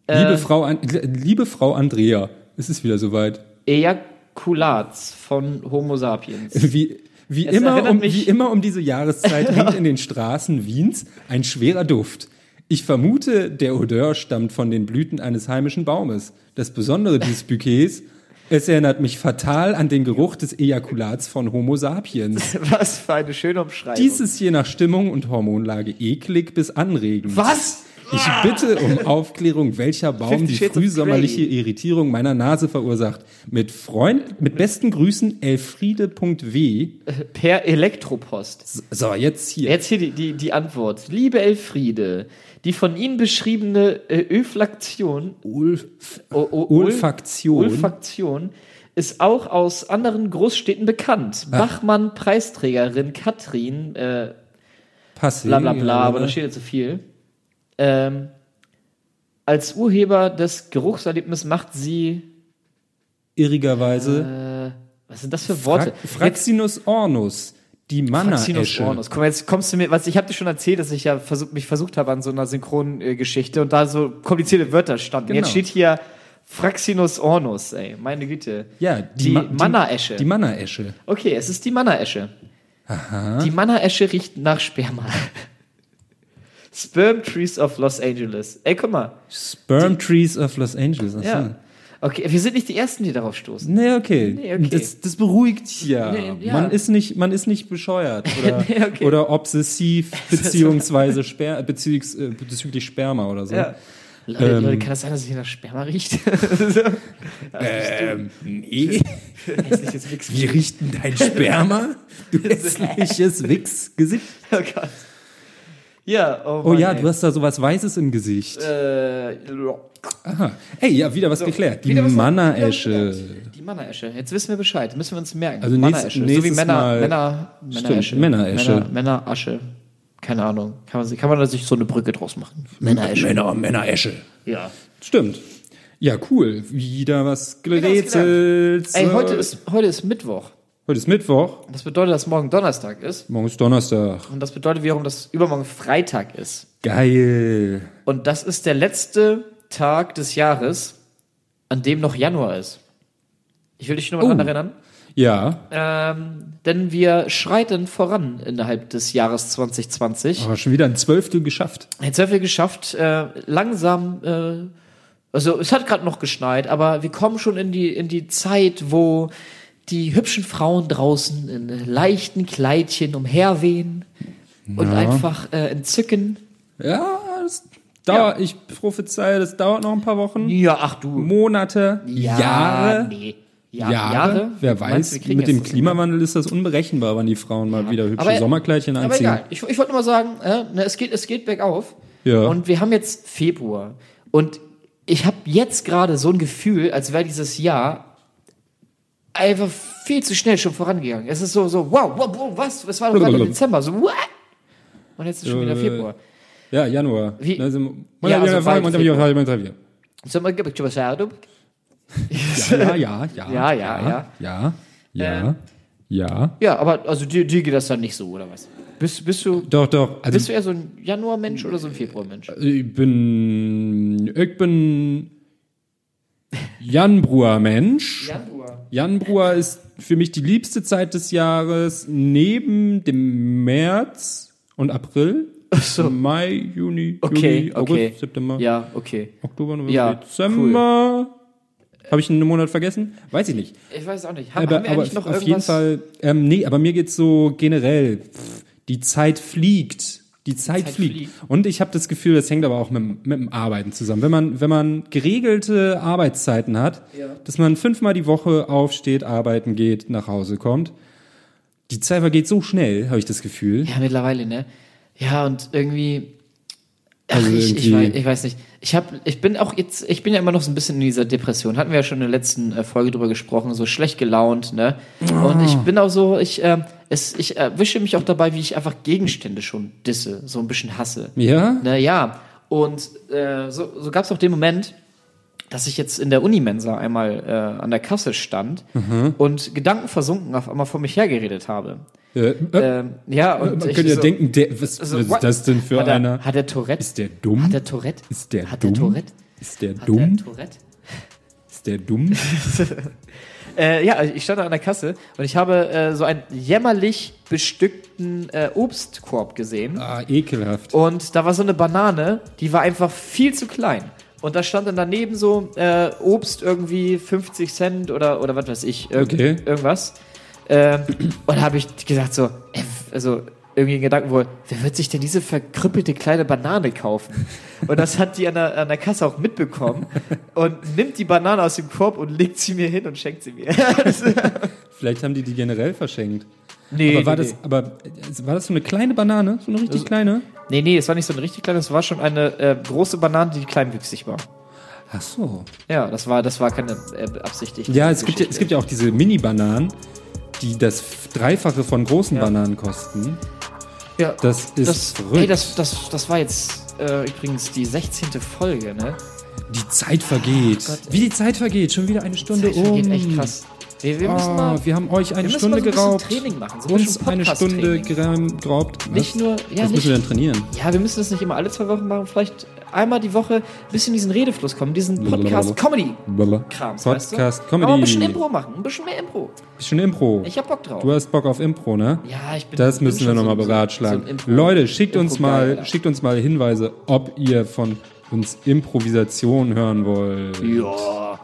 Speaker 3: Äh,
Speaker 2: Liebe, Frau An liebe Frau Andrea, es ist wieder soweit.
Speaker 3: Ejakulats von Homo sapiens.
Speaker 2: Wie, wie,
Speaker 3: Es
Speaker 2: immer
Speaker 3: erinnert
Speaker 2: um,
Speaker 3: mich-
Speaker 2: wie immer um diese Jahreszeit hängt in den Straßen Wiens ein schwerer Duft. Ich vermute, der Odeur stammt von den Blüten eines heimischen Baumes. Das Besondere dieses Bouquets, es erinnert mich fatal an den Geruch des Ejakulats von Homo sapiens.
Speaker 3: Was für eine schöne Umschreibung.
Speaker 2: Dies ist je nach Stimmung und Hormonlage eklig bis anregend.
Speaker 3: Was?
Speaker 2: Ich bitte um Aufklärung, welcher Baum
Speaker 3: Fifty
Speaker 2: die
Speaker 3: Shades of
Speaker 2: frühsommerliche
Speaker 3: Grey.
Speaker 2: Irritierung meiner Nase verursacht. Mit Freund, mit besten Grüßen, Elfriede.w.
Speaker 3: Per Elektropost.
Speaker 2: So, jetzt hier.
Speaker 3: Jetzt hier die, die, die Antwort. Liebe Elfriede, die von Ihnen beschriebene äh, Öflaktion,
Speaker 2: Ulf
Speaker 3: o, o,
Speaker 2: Olfaktion.
Speaker 3: Olfaktion ist auch aus anderen Großstädten bekannt.
Speaker 2: Ah.
Speaker 3: Bachmann-Preisträgerin Katrin, äh,
Speaker 2: Passig.
Speaker 3: bla bla bla, aber da steht jetzt so viel. Ähm, als Urheber des Geruchserlebnisses macht sie.
Speaker 2: Irrigerweise.
Speaker 3: Was sind das für Äh, Worte?
Speaker 2: Frac- Fraxinus ornus. Die
Speaker 7: Sinus
Speaker 2: Manna-Esche.
Speaker 7: Bornus. Komm, jetzt kommst du mir, was ich habe dir schon erzählt, dass ich ja versuch, mich versucht habe an so einer Synchrongeschichte und da so komplizierte Wörter standen.
Speaker 2: Genau.
Speaker 7: Jetzt steht hier Fraxinus Ornus, ey, meine Güte.
Speaker 2: Ja,
Speaker 7: die,
Speaker 2: Ma-
Speaker 7: Manna-Esche.
Speaker 2: Die Manna-Esche.
Speaker 7: Okay, es ist die Manna-Esche. Die Manna-Esche riecht nach Sperma. Sperm Trees of Los Angeles. Ey, guck mal.
Speaker 2: Sperm Trees of Los Angeles. Achso.
Speaker 7: Ja. Hm. Okay, wir sind nicht die Ersten, die darauf stoßen.
Speaker 2: Nee, okay.
Speaker 7: Nee, okay.
Speaker 2: Das, das beruhigt ja.
Speaker 7: Nee, ja.
Speaker 2: Man, ist nicht, man ist nicht bescheuert oder,
Speaker 7: Nee, okay.
Speaker 2: oder obsessiv beziehungsweise sper bezüglich, äh, bezüglich Sperma oder so.
Speaker 7: Ja. Leute, Leute, kann das sein, dass es hier nach Sperma riecht?
Speaker 2: Ähm, nee.
Speaker 7: Das ist jetzt nix.
Speaker 2: Wir richten dein Sperma, du hässliches Wichsgesicht.
Speaker 7: Oh Gott. Ja, oh,
Speaker 2: Oh
Speaker 7: Mann,
Speaker 2: ja,
Speaker 7: ey.
Speaker 2: du hast da sowas Weißes im Gesicht.
Speaker 7: Äh, ja.
Speaker 2: Aha. Hey, ja, wieder was geklärt. Die
Speaker 7: Wieder was-
Speaker 2: Manna-Esche.
Speaker 7: Die Manneresche. Jetzt wissen wir Bescheid. Müssen wir uns merken.
Speaker 2: Also nächst-
Speaker 7: Manneresche. So wie
Speaker 2: nächstes
Speaker 7: Männer,
Speaker 2: Mal-
Speaker 7: Männer,
Speaker 2: Stimmt,
Speaker 7: Männeresche.
Speaker 2: Männeresche.
Speaker 7: Männer, Männerasche. Keine Ahnung. Kann man, sich- kann man da sich so eine Brücke draus machen? Männeresche.
Speaker 2: Männer, um Männer-Esche.
Speaker 7: Ja.
Speaker 2: Stimmt. Ja, cool. Wieder was
Speaker 7: was gelernt.
Speaker 2: gerätselt.
Speaker 7: Ey, heute ist, heute ist Mittwoch.
Speaker 2: heute ist Mittwoch.
Speaker 7: Das bedeutet, dass morgen Donnerstag ist.
Speaker 2: Morgen ist Donnerstag.
Speaker 7: Und das bedeutet wiederum, dass übermorgen Freitag ist.
Speaker 2: Geil.
Speaker 7: Und das ist der letzte Tag des Jahres, an dem noch Januar ist. Ich will dich nur mal
Speaker 2: Oh.
Speaker 7: daran erinnern.
Speaker 2: Ja.
Speaker 7: Ähm, denn wir schreiten voran innerhalb des Jahres 2020.
Speaker 2: Aber schon wieder ein Zwölftel geschafft.
Speaker 7: Jetzt haben wir geschafft, äh, langsam, äh, also es hat gerade noch geschneit, aber wir kommen schon in die, in die Zeit, wo die hübschen Frauen draußen in äh, leichten Kleidchen umherwehen und einfach äh, entzücken.
Speaker 2: Ja, das dauert, ich prophezeie, das dauert noch ein paar Wochen,
Speaker 7: Ja, ach du.
Speaker 2: Monate, Jahre.
Speaker 7: Nee. Ja,
Speaker 2: Jahre,
Speaker 7: Jahre.
Speaker 2: wer
Speaker 7: Du meinst,
Speaker 2: weiß,
Speaker 7: wir kriegen
Speaker 2: mit
Speaker 7: jetzt
Speaker 2: dem
Speaker 7: das-
Speaker 2: Klimawandel ist das unberechenbar, wann die Frauen mal wieder hübsche
Speaker 7: Aber-
Speaker 2: Sommerkleidchen
Speaker 7: Aber
Speaker 2: anziehen.
Speaker 7: egal, ich, ich wollte nur mal sagen, äh, ne, es, geht, es geht bergauf.
Speaker 2: Ja.
Speaker 7: Und wir haben jetzt Februar. Und ich habe jetzt gerade so ein Gefühl, als wäre dieses Jahr einfach viel zu schnell schon vorangegangen. Es ist so, so wow, wow, wow was? Es war doch gerade im Dezember. So, what? Und jetzt ist schon wieder
Speaker 2: Äh,
Speaker 7: Februar.
Speaker 2: Ja, Januar.
Speaker 7: Wie-
Speaker 2: Ne, sind-
Speaker 7: Ja, also bald Sommer gibt es ja.
Speaker 2: Ja, ja, ja.
Speaker 7: Ja, Ähm. ja,
Speaker 2: Ja, ja, ja.
Speaker 7: Ja, aber also dir, dir geht das dann nicht so, oder was? Bist, bist, du,
Speaker 2: Doch, doch. Also
Speaker 7: bist du eher so ein Januar-Mensch oder so ein Februar-Mensch?
Speaker 2: Ich bin, ich bin Janbruer Mensch.
Speaker 7: Januar.
Speaker 2: Janbruer ist für mich die liebste Zeit des Jahres neben dem März und April. Mai, Juni,
Speaker 7: Okay,
Speaker 2: Juni, August,
Speaker 7: okay.
Speaker 2: September,
Speaker 7: Ja, okay.
Speaker 2: Oktober, November,
Speaker 7: Ja,
Speaker 2: Dezember. Habe ich einen Monat vergessen? Weiß ich nicht.
Speaker 7: Ich weiß auch nicht. Haben,
Speaker 2: Aber,
Speaker 7: haben wir
Speaker 2: aber
Speaker 7: eigentlich noch
Speaker 2: auf jeden
Speaker 7: irgendwas?
Speaker 2: Fall, ähm, nee, aber mir geht's so generell, pff, die Zeit fliegt. Die Zeit,
Speaker 7: Zeit
Speaker 2: fliegt.
Speaker 7: fliegt.
Speaker 2: Und ich habe das Gefühl, das hängt aber auch mit, dem- mit dem Arbeiten zusammen. Wenn man, wenn man geregelte Arbeitszeiten hat, dass man fünfmal die Woche aufsteht, arbeiten geht, nach Hause kommt, die Zeit vergeht so schnell, habe ich das Gefühl.
Speaker 7: Ja, mittlerweile, ne? Ja, und irgendwie. Ach,
Speaker 2: Also
Speaker 7: ich, ich,
Speaker 2: irgendwie-
Speaker 7: weiß, ich weiß nicht. Ich, hab, ich bin auch jetzt, ich bin ja immer noch so ein bisschen in dieser Depression. Hatten wir ja schon in der letzten äh, Folge drüber gesprochen, so schlecht gelaunt, ne? Und
Speaker 2: Ah.
Speaker 7: ich bin auch so, ich, ähm, es, ich erwische mich auch dabei, wie ich einfach Gegenstände schon disse, so ein bisschen hasse.
Speaker 2: Ja?
Speaker 7: Ne, ja. Und äh, so, so gab es auch den Moment, dass ich jetzt in der Unimensa einmal äh, an der Kasse stand
Speaker 2: Mhm.
Speaker 7: und Gedanken versunken auf einmal vor mich hergeredet habe.
Speaker 2: Äh, äh,
Speaker 7: Ähm, ja, und
Speaker 2: man
Speaker 7: ich
Speaker 2: könnte ja
Speaker 7: so-
Speaker 2: denken, der, was,
Speaker 7: so,
Speaker 2: was ist
Speaker 7: what?
Speaker 2: das denn für
Speaker 7: hat er,
Speaker 2: einer?
Speaker 7: Hat der Tourette?
Speaker 2: ist der dumm?
Speaker 7: Hat der Tourette?
Speaker 2: ist der
Speaker 7: hat
Speaker 2: dumm?
Speaker 7: Der Tourette?
Speaker 2: ist der
Speaker 7: Hat
Speaker 2: dumm?
Speaker 7: der Tourette?
Speaker 2: ist der dumm?
Speaker 7: Äh, ja, ich stand an der Kasse und ich habe äh, so einen jämmerlich bestückten äh, Obstkorb gesehen.
Speaker 2: Ah, ekelhaft.
Speaker 7: Und da war so eine Banane, die war einfach viel zu klein. Und da stand dann daneben so äh, Obst irgendwie 50 Cent oder, oder was weiß ich, irgend,
Speaker 2: Okay.
Speaker 7: irgendwas. Ähm, und da habe ich gesagt so, äh, also irgendwie in Gedanken wohl, wer wird sich denn diese verkrüppelte kleine Banane kaufen? Und das hat die an der, an der Kasse auch mitbekommen und nimmt die Banane aus dem Korb und legt sie mir hin und schenkt sie mir.
Speaker 2: Vielleicht haben die die generell verschenkt.
Speaker 7: nee,
Speaker 2: Aber war
Speaker 7: nee,
Speaker 2: das, aber äh, war das so eine kleine Banane? So eine richtig kleine?
Speaker 7: nee, nee, es war nicht so ein richtig kleines, es war schon eine äh, große Banane, die kleinwüchsig war.
Speaker 2: Ach so.
Speaker 7: Ja, das war, das war keine äh, beabsichtigte
Speaker 2: Ja, es gibt ja,
Speaker 7: Geschichte.
Speaker 2: es gibt ja auch diese Mini-Bananen, die das F- Dreifache von großen Bananen kosten.
Speaker 7: ja.
Speaker 2: Das ist
Speaker 7: das,
Speaker 2: verrückt.
Speaker 7: ey, das, das, das war jetzt äh, übrigens die 16. Folge, ne?
Speaker 2: Die Zeit vergeht.
Speaker 7: Oh Gott,
Speaker 2: Wie die Zeit vergeht. Schon wieder eine Stunde um.
Speaker 7: Geht echt krass. Wir, wir müssen mal,
Speaker 2: Ah, wir haben euch eine
Speaker 7: müssen
Speaker 2: Stunde
Speaker 7: mal so ein
Speaker 2: geraubt.
Speaker 7: bisschen Training machen, so ein
Speaker 2: uns
Speaker 7: bisschen
Speaker 2: eine Stunde
Speaker 7: Podcast-Training.
Speaker 2: geram- geraubt. Was?
Speaker 7: Nicht nur- ja,
Speaker 2: Was
Speaker 7: nicht-
Speaker 2: müssen wir denn trainieren?
Speaker 7: ja, wir müssen das nicht immer alle zwei Wochen machen. Vielleicht einmal die Woche ein bisschen in diesen Redefluss kommen, diesen Podcast-Comedy. Kram, weißt du?
Speaker 2: Podcast,
Speaker 7: Aber ein
Speaker 2: Comedy.
Speaker 7: bisschen Impro machen, ein bisschen mehr Impro.
Speaker 2: Bisschen Impro.
Speaker 7: Ich hab Bock drauf.
Speaker 2: Du hast Bock auf Impro, ne?
Speaker 7: Ja, ich bin-
Speaker 2: Das
Speaker 7: bin
Speaker 2: müssen wir
Speaker 7: schon
Speaker 2: nochmal
Speaker 7: so-
Speaker 2: beratschlagen.
Speaker 7: so ein Impro-
Speaker 2: Leute, schickt uns
Speaker 7: Impro-Geiler.
Speaker 2: mal, schickt uns mal Hinweise, ob ihr von uns Improvisation hören wollt.
Speaker 7: Ja.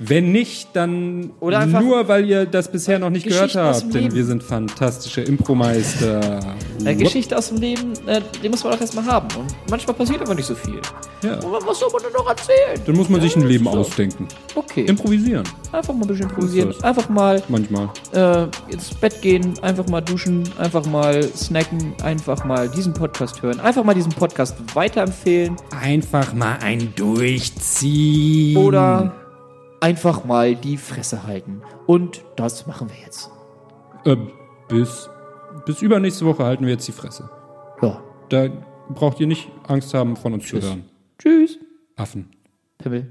Speaker 2: Wenn nicht, dann
Speaker 7: Oder einfach
Speaker 2: nur, weil ihr das bisher noch nicht gehört
Speaker 7: Geschichten aus dem
Speaker 2: habt, denn
Speaker 7: Leben.
Speaker 2: wir sind fantastische Impromeister.
Speaker 7: Äh,
Speaker 2: Wupp.
Speaker 7: Geschichte aus dem Leben, äh, die muss man auch erstmal haben. Und manchmal passiert aber nicht so viel.
Speaker 2: Ja.
Speaker 7: Und was soll man denn noch erzählen?
Speaker 2: Dann muss man sich ein Leben ausdenken.
Speaker 7: Okay,
Speaker 2: Improvisieren,
Speaker 7: einfach mal ein bisschen improvisieren.
Speaker 2: das.
Speaker 7: Einfach mal
Speaker 2: manchmal.
Speaker 7: äh, ins Bett gehen, einfach mal duschen, einfach mal snacken, einfach mal diesen Podcast hören, einfach mal diesen Podcast weiterempfehlen
Speaker 2: Einfach mal ein Durchziehen.
Speaker 7: oder einfach mal die Fresse halten. Und das machen wir jetzt.
Speaker 2: Äh, bis, bis übernächste Woche halten wir jetzt die Fresse.
Speaker 7: Ja.
Speaker 2: Da braucht ihr nicht Angst haben, von uns zu hören.
Speaker 7: Tschüss.
Speaker 2: Affen.
Speaker 7: Pimmel.